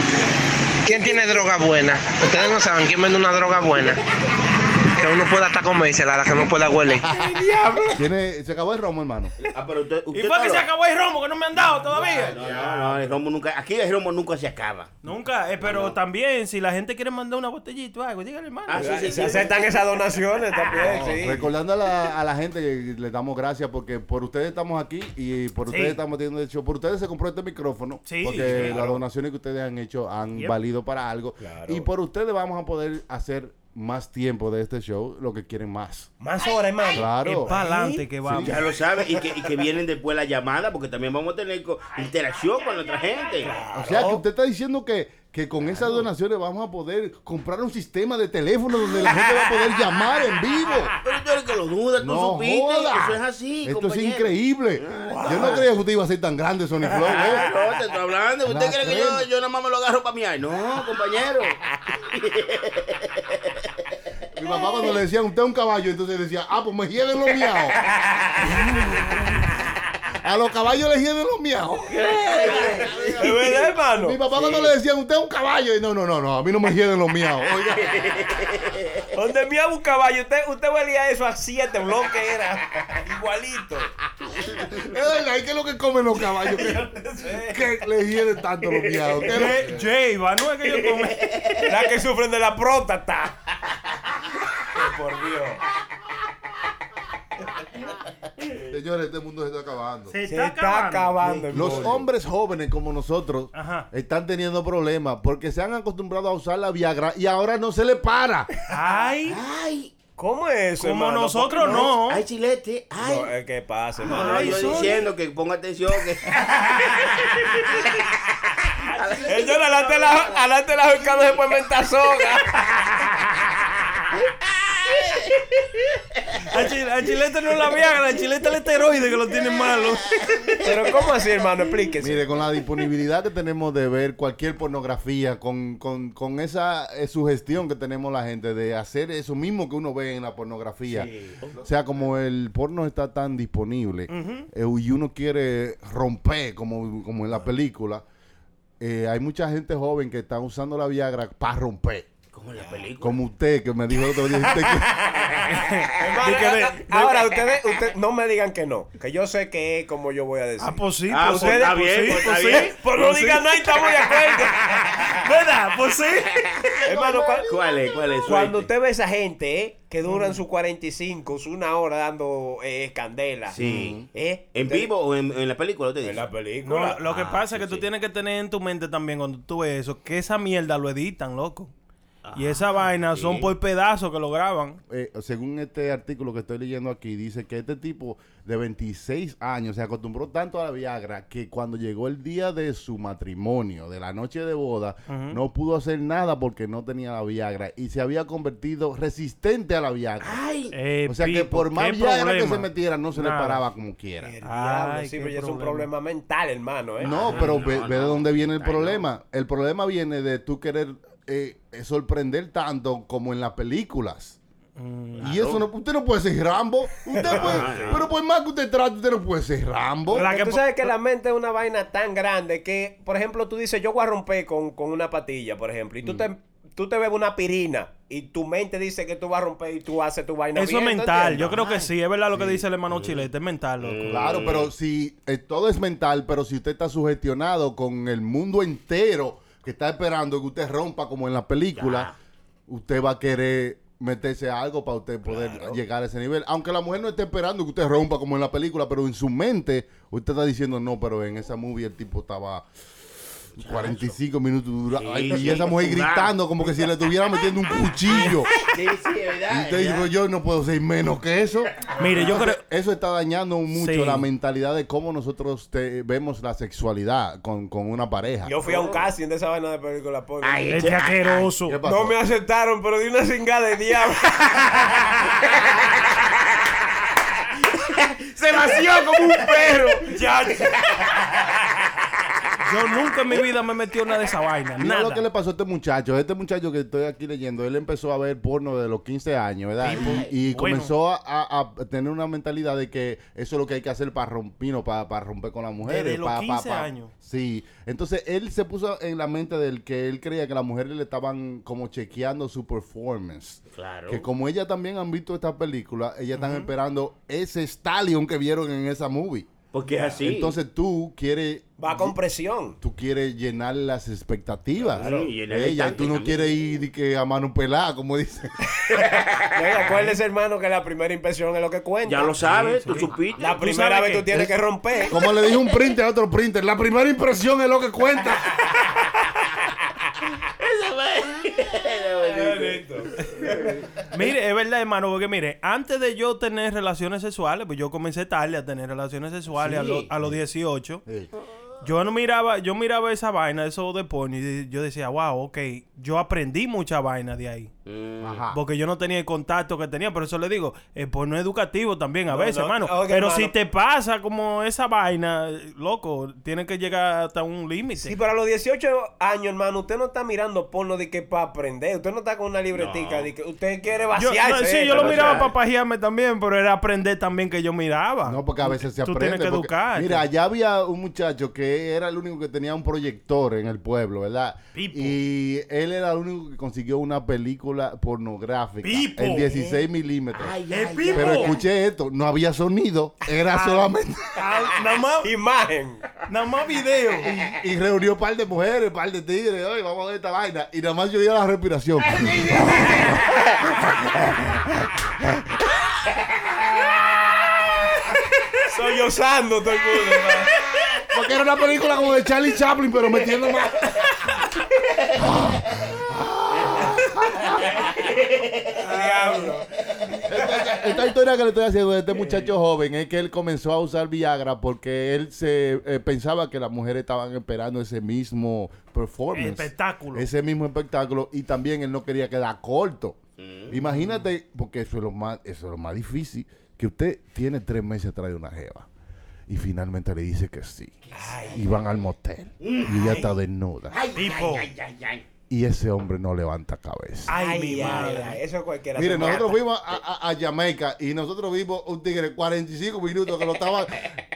¿Quién tiene droga buena? Ustedes no saben quién vende una droga buena. Que uno pueda hasta comérsela, la que no pueda huele. Tiene- se acabó el romo, hermano. Ah, pero usted, ¿Y usted fue que se está- acabó el romo que no me han dado todavía? No, no, no, el romo nunca, aquí el romo nunca se acaba. Nunca, eh, pero también si la gente quiere mandar una botellita o algo, dígale hermano. Ah, sí, sí, Se aceptan esas donaciones también, sí. Recordando a la, a la gente que le damos gracias porque por ustedes estamos aquí y por Sí. ustedes estamos teniendo el show. Por ustedes se compró este micrófono. Sí, porque claro. las donaciones que ustedes han hecho han Yep. valido para algo. Y por ustedes vamos a poder hacer más tiempo de este show, lo que quieren más. Más horas, hermano. Claro. Y pa'lante que vamos. Ya lo sabe, y que, y que vienen después la llamada, porque también vamos a tener co- interacción con otra gente. O sea, que usted está diciendo que, que con esas donaciones vamos a poder comprar un sistema de teléfono donde la gente va a poder llamar en vivo. Pero tú eres que lo duda, tú No supiste, joda. eso es así. Esto compañero. es increíble. ¿eh? Yo no creía que usted iba a ser tan grande, Sony Flow. Ah, ¿eh? *laughs* no, te estoy hablando. ¿Usted La cree que crema. yo, yo nada más me lo agarro para mirar? No, *laughs* compañero. Mi papá cuando le decían, usted es un caballo, entonces decía, ah, pues me hieden los miaos. A los caballos les hieden los miaos. ¿De verdad, hermano? Mi papá cuando le decían, usted es un caballo, y no, no, no, no, a mí no me hieden los miaos. Oiga, Donde mía un caballo, usted, usted valía eso a siete bloques, era igualito. es verdad, ¿y ¿qué es lo que comen los caballos? *laughs* ¿Qué, qué les hieden tanto los miaos? ¿Qué es lo- Ye- Jeiva, no es que yo comí. La que sufren de la próstata. Ay, Por Dios. Señores, este mundo se está acabando. Se Se está está acabando. acabando el Los mundo. hombres jóvenes como nosotros Ajá. están teniendo problemas porque se han acostumbrado a usar la Viagra y ahora no se le para. Ay, Ay, ¿Cómo es eso? como hermano? nosotros no. ay, chilete. Ay. No, eh, ¿Qué pasa, No, hermano? no, yo Sony. diciendo que ponga atención. Que... Ellos adelante la, adelante la jocando después menta soga. Al, chil- al chilete no es la viagra, al chilete es el esteroide que lo tiene malo. Pero ¿cómo así, hermano? Explíquese. Mire, con la disponibilidad que tenemos de ver cualquier pornografía, con, con- con esa eh, sugestión que tenemos la gente de hacer eso mismo que uno ve en la pornografía. O sea, como el porno está tan disponible eh, y uno quiere romper como, como en la película, eh, hay mucha gente joven que está usando la Viagra para romper. *laughs* Como en la película. Como usted que me dijo el otro día. usted que- Hermano, Di que de- a- de- ahora, ustedes, ustedes no me digan que no. Que yo sé que es como yo voy a decir. Ah, pues sí, Ah, pues pues sí, está pues bien, sí, pues pues está sí. bien. Pues no digan nada y estamos de acuerdo. ¿Verdad? Pues sí. hermano, cua- ¿Cuál es? ¿Cuál es? Cuando Suelte. usted ve esa gente eh, que Mm. duran sus 45, su una hora dando eh, candela. Sí. ¿Eh? ¿En Usted- vivo o en, en la película? Usted dice? En la película. No, lo que Ah, pasa es sí, pues que tú sí. tienes que tener en tu mente también cuando tú ves eso, que esa mierda lo editan, loco. Ah, y esa vaina son por pedazos que lo graban. eh, según este artículo que estoy leyendo aquí, dice que este tipo de 26 años se acostumbró tanto a la Viagra que cuando llegó el día de su matrimonio, de la noche de boda, no pudo hacer nada porque no tenía la Viagra y se había convertido resistente a la Viagra. Eh, o sea que Pipo, por más ¿qué Viagra que problema? se metiera, no se Nada. le paraba como quiera. El Ay, diablo, sí, qué pero ya es un problema. problema mental, hermano. ¿eh? No, pero ve, ve de dónde viene el problema. El problema viene de tú querer eh, eh, sorprender tanto como en las películas. Y eso no, usted no puede ser Rambo. *laughs* Usted puede- pero por más que usted trate, usted no puede ser Rambo. La- Porque que tú po- sabes que la mente es una vaina tan grande que, por ejemplo, tú dices, yo voy a romper con, con una patilla, por ejemplo, y tú te tú te bebes una pirina y tu mente dice que tú vas a romper y tú haces tu vaina Eso es bien, ¿tú mental, yo entiendes? creo que sí, es verdad lo que dice el hermano Chilete, es mental, loco. Claro, pero si eh, todo es mental, pero si usted está sugestionado con el mundo entero que está esperando que usted rompa como en la película, usted va a querer meterse a algo para usted poder llegar a ese nivel. Aunque la mujer no esté esperando que usted rompa como en la película, pero en su mente usted está diciendo, no, pero en esa movie el tipo estaba... 45 minutos dura- Sí, Ay, y sí, esa mujer sudado. gritando como que si le estuviera metiendo un *laughs* cuchillo. Sí, sí, es Y verdad. usted dijo, yo no puedo ser menos que eso. Mire, yo creo- Eso está dañando mucho Sí. la mentalidad de cómo nosotros te- vemos la sexualidad con, con una pareja. Yo fui a un Ah. casting de esa vaina de película, pobre. Ay, Es asqueroso. ¿Qué *laughs* pasó? no me aceptaron, pero di una cingada de diablo. Se vació como un perro. Ya. Yo nunca en mi vida me he metido en nada de esa vaina. Mira Nada. lo que le pasó a este muchacho. Este muchacho que estoy aquí leyendo, él empezó a ver porno de los 15 años, ¿verdad? Y, y bueno. comenzó a, a- a tener una mentalidad de que eso es lo que hay que hacer para romper, para, romper con las mujeres. Desde los pa- pa- 15 pa- años. Sí. Entonces él se puso en la mente del que él creía que las mujeres le estaban como chequeando su performance. Claro. Que como ellas también han visto esta película, ellas están esperando ese stallion que vieron en esa movie. Porque es así. Entonces tú quieres Va con presión. tú quieres llenar las expectativas. Claro, y llenar el Ella, tanque tú no también. quieres ir de que a mano pelada, como dicen. Oye, acuérdese, hermano, que la primera impresión es lo que cuenta. Ya lo sabes, tú supiste. La Tú primera sabes vez que- tú tienes que romper. Como le dije un printer a otro printer, la primera impresión es lo que cuenta. Mire, es verdad, hermano, porque mire, antes de yo tener relaciones sexuales, pues yo comencé tarde a tener relaciones sexuales a, lo- Sí. a los 18. Yo no miraba, yo miraba esa vaina, eso de porno, y de- yo decía, wow, ok, yo aprendí mucha vaina de ahí. Mm. Ajá. Porque yo no tenía el contacto que tenía, por eso le digo, el porno es educativo también a No, veces, no, hermano. oiga, Pero hermano. si te pasa como esa vaina, loco, tiene que llegar hasta un límite. Sí, pero a los 18 años, hermano, usted no está mirando porno de que para aprender. Usted no está con una libretica de que usted quiere Yo, vaciarse. no, sí, eh, yo lo pero, miraba o sea, para pajearme también, pero era aprender también que yo miraba. No, porque a veces se Tú aprende. tienes que porque- educar. Mira, allá había un muchacho que era el único que tenía un proyector en el pueblo, ¿verdad? Y él era el único que consiguió una película pornográfica Pipo. en 16 milímetros. ay, ay, Pero ay. escuché esto, no había sonido, era Ah. solamente... nada más imagen, nada más video. Y, y reunió un par de mujeres, un par de tigres, oye, vamos a ver esta vaina. Y nada más yo oía la respiración. Sollozando todo el mundo. hermano. Porque era una película como de Charlie Chaplin, pero metiendo más. Esta historia que le estoy haciendo de este muchacho joven es que él comenzó a usar Viagra porque él se eh, pensaba que las mujeres estaban esperando ese mismo performance. Espectáculo. Ese mismo espectáculo. Y también él no quería quedar corto. Imagínate, porque eso es lo más, eso es lo más difícil, que usted tiene tres meses atrás de una jeva. Y finalmente le dice que sí. Y van al motel. Y ella está desnuda. Tipo. Y ese hombre no levanta cabeza. Ay, mi madre. eso es cualquiera. Ah, Mire, se nosotros mata. fuimos a, a- a Jamaica y nosotros vimos un tigre 45 minutos que *laughs* lo estaba,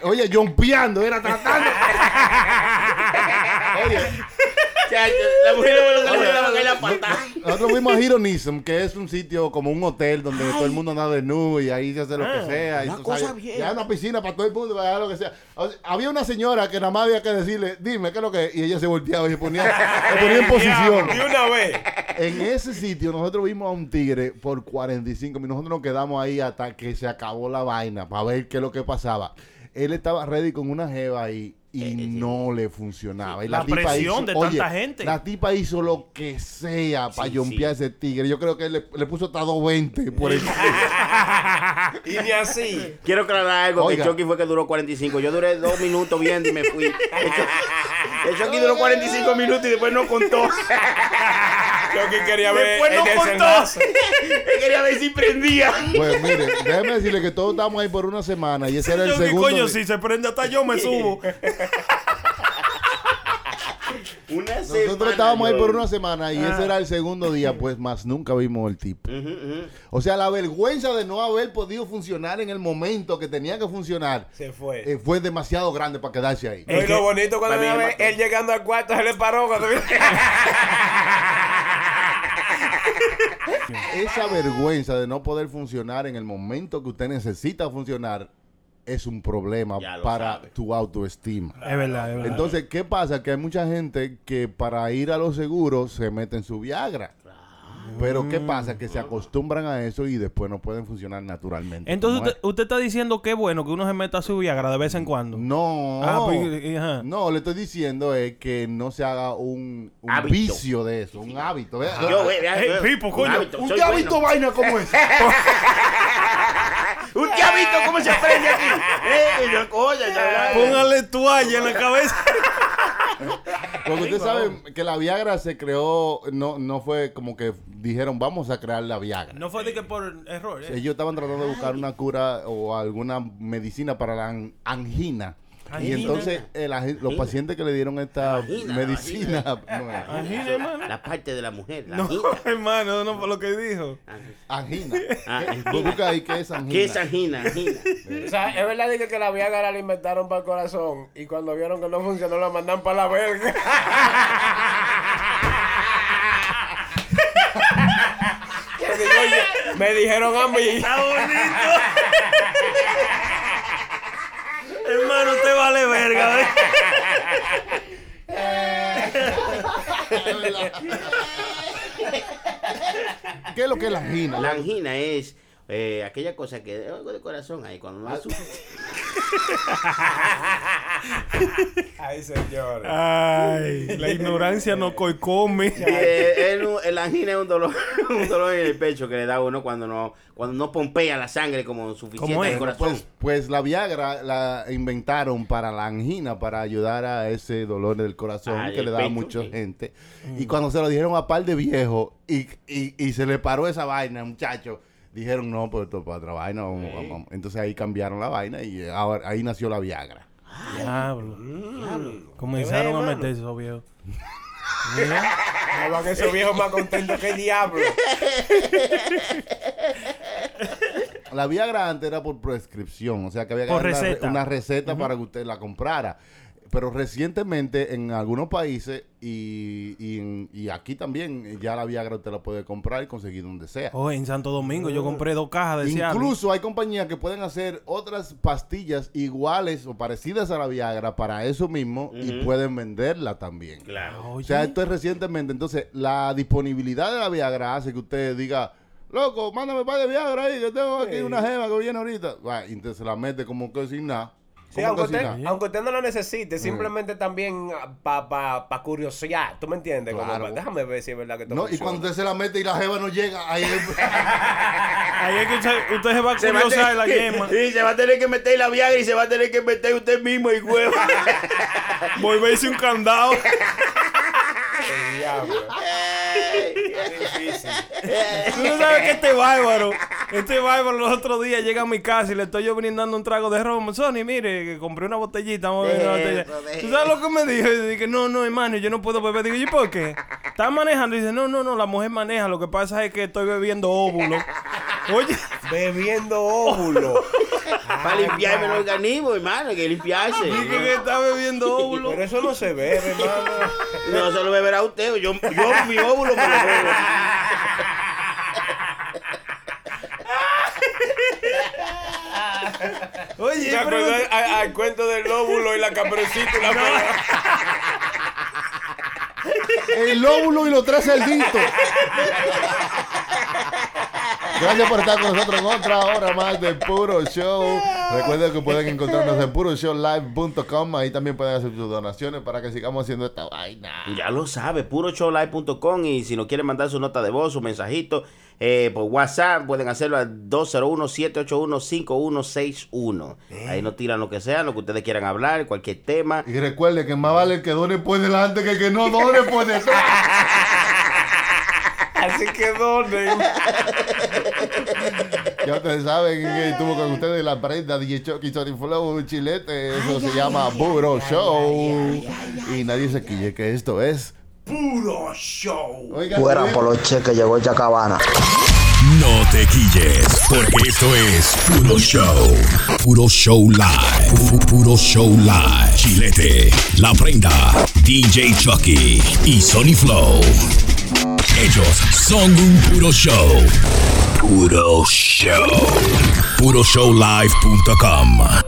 oye, jumpeando, era tratando. La mujer no me lo que le daba que la patada. Nosotros fuimos a Hedonism, que es un sitio como un hotel donde todo el mundo nada desnudo y ahí se hace lo Ah, que sea. y una tú cosa sabes, bien. Y hay una piscina para todo el mundo, para lo que sea. O sea, había una señora que nada más había que decirle, dime, ¿qué es lo que es?", Y ella se volteaba y se ponía, se *laughs* ponía en posición. De una vez. En ese sitio nosotros vimos a un tigre por 45 minutos. Nosotros nos quedamos ahí hasta que se acabó la vaina para ver qué es lo que pasaba. Él estaba ready con una jeva ahí y no le funcionaba. Y Eh, La presión de tanta gente. La tipa hizo lo que sea para yompear a ese tigre. Yo creo que él le, le puso hasta 220 por *laughs* el Y ni *laughs* así. Quiero aclarar algo, Oiga. que Chucky fue que duró 45. Yo duré dos minutos viendo y *laughs* me fui. El Chucky- El Chucky duró 45 minutos y después no contó. Chucky quería ver Después el no contó. desenlace. Él quería ver si prendía. Pues mire, déjeme decirle que todos estábamos ahí por una semana y ese era el Yo, ¿qué segundo. coño, de- si se prende hasta yo me subo. Una Nosotros estábamos ahí por una semana y ese era el segundo día, pues más nunca vimos el tipo. O sea, la vergüenza de no haber podido funcionar en el momento que tenía que funcionar Se fue. eh, fue demasiado grande para quedarse ahí. No, y lo bonito cuando Para mí, una vez él llegando al cuarto se le paró cuando Esa vergüenza de no poder funcionar en el momento que usted necesita funcionar es un problema Ya lo para tu autoestima. Es verdad, es verdad. Entonces, ¿qué pasa? Que hay mucha gente que para ir a los seguros se mete en su Viagra. Pero Mm. ¿qué pasa? Que se acostumbran a eso y después no pueden funcionar naturalmente. Entonces como es. usted, usted está diciendo que es bueno que uno se meta a su Viagra de vez en cuando. No. Ah, pues, y- y- ajá. No, le estoy diciendo es que no se haga un, un Hábito. vicio de eso, un hábito. ¿eh? Yo, güey, ya, Eh, yo- Pipo, un coño. hábito, ¿Un soy qué hábito bueno. vaina como ese? *laughs* ¿Un qué hábito? ¿Cómo se prende aquí? *laughs* Eh, yo, coño, ya, ya. Póngale toalla en la cabeza. Porque ustedes Sí, saben que la Viagra se creó, no, no fue como que dijeron, vamos a crear la Viagra. *laughs* No fue de que por error. ¿eh? Ellos estaban tratando de buscar una cura o alguna medicina para la an- angina. Y Angina. entonces eh, la gen- los Angina. pacientes que le dieron esta medicina... *laughs* no era. Angina, hermano. La parte de la mujer. La No, angina. *laughs* hermano, no por lo que dijo. Angina. Vos busca ahí qué Ah, es angina. ¿Qué es angina? Angina. O sea, es verdad de que, que la Viagra la inventaron para el corazón y cuando vieron que no funcionó la mandan para la verga. Porque yo- yo- me dijeron a mí. Está bonito. hermano, te vale verga. ¿eh? ¿Qué es lo que es la angina? La angina es eh, aquella cosa que eh, algo de corazón ahí cuando no hace- Ay, señor. Ay, la ignorancia no coi come. Eh, es un- la angina es un dolor, *laughs* un dolor en el pecho que le da a uno cuando no cuando no pompea la sangre como suficiente ¿Cómo al es? corazón. Pues, pues la Viagra la inventaron para la angina, para ayudar a ese dolor del corazón Ah, que el le da a pecho, mucha sí. gente. Y cuando se lo dijeron a par de viejos y, y- y se le paró esa vaina, muchacho, dijeron, no, pues esto es para otra vaina. vamos, vamos, vamos". Entonces ahí cambiaron la vaina y eh, ahora, ahí nació la Viagra. Diablo. Comenzaron a meter esos viejos. No van esos viejos más contentos que el *laughs* diablo. La Viagra antes era por prescripción, o sea que había que Por dar una re- receta. Una, receta para que usted la comprara. Pero recientemente en algunos países y, y en- y aquí también ya la Viagra usted la puede comprar y conseguir donde sea. Oh, en Santo Domingo yo compré dos cajas de Cialis. Incluso hay compañías que pueden hacer otras pastillas iguales o parecidas a la Viagra para eso mismo y pueden venderla también. Claro. Pues O sea, esto es recientemente. Entonces, la disponibilidad de la Viagra hace que usted diga, loco, mándame un par de Viagra ahí, que tengo aquí Sí. una gema que viene ahorita. Va, y entonces la mete como que sin nada. Sí, Como aunque, que sin usted, nada. aunque usted no lo necesite, simplemente también para pa, pa curiosidad, ¿tú me entiendes? Como Claro. pa- déjame ver si es verdad que esto No, y funciona. cuando usted se la mete y la jeva no llega, ahí Ahí es que usted, usted se va a Se va a curiosar la tener- yema. Sí, se va a tener que meter la Viagra y se va a tener que meter usted mismo el huevo. Volverse un *laughs* candado. Tú no sabes que este bárbaro, este bárbaro los otros días llega a mi casa y le estoy yo brindando un trago de ron. Sony, mire, que compré una botellita, vamos a beber una Eso, botella. de- ¿Tú sabes lo que me dijo? Y dije, no, no, hermano, yo no puedo beber. Digo, ¿y por qué? Está manejando. Y dice, no, no, no, la mujer maneja. Lo que pasa es que estoy bebiendo óvulo. Oye. *laughs* Bebiendo *laughs* óvulo. Para limpiarme el organismo, hermano, hay que *laughs* limpiarse. Dije que está bebiendo óvulo. Pero eso no se bebe, hermano. No, se lo beberá usted. Yo, yo mi óvulo me lo bebo. Oye, ¿Te pero- acuerdas al, al cuento del lóbulo y la caperucita y la *laughs* El lóbulo y los tres cerditos. *laughs* Gracias por estar con nosotros en otra hora más de Puro Show. Recuerden que pueden encontrarnos en puroshowlive.com. Ahí también pueden hacer sus donaciones para que sigamos haciendo esta vaina. Ya lo sabe, purocholive.com y si nos quieren mandar su nota de voz, su mensajito eh, por WhatsApp, pueden hacerlo al 201-781-5161. Ahí nos tiran lo que sea, lo que ustedes quieran hablar, cualquier tema. Y recuerde que más vale el que done por delante que el que no done por detrás. Así que donen. Ya ustedes saben que estuvo con ustedes la prenda DJ Chucky Sony Flow, Chilete. Eso se llama Puro Show. Y nadie se quille que esto es Puro show. Oiga, Fuera por los cheques, llegó Chacabana. No te quilles, porque esto es Puro Show. Puro Show Live. Pu- pu- Puro Show Live. Chilete, La Prenda, DJ Chucky y Sony Flow. Ellos son un puro show. Puro Show. PuroShowLive.com.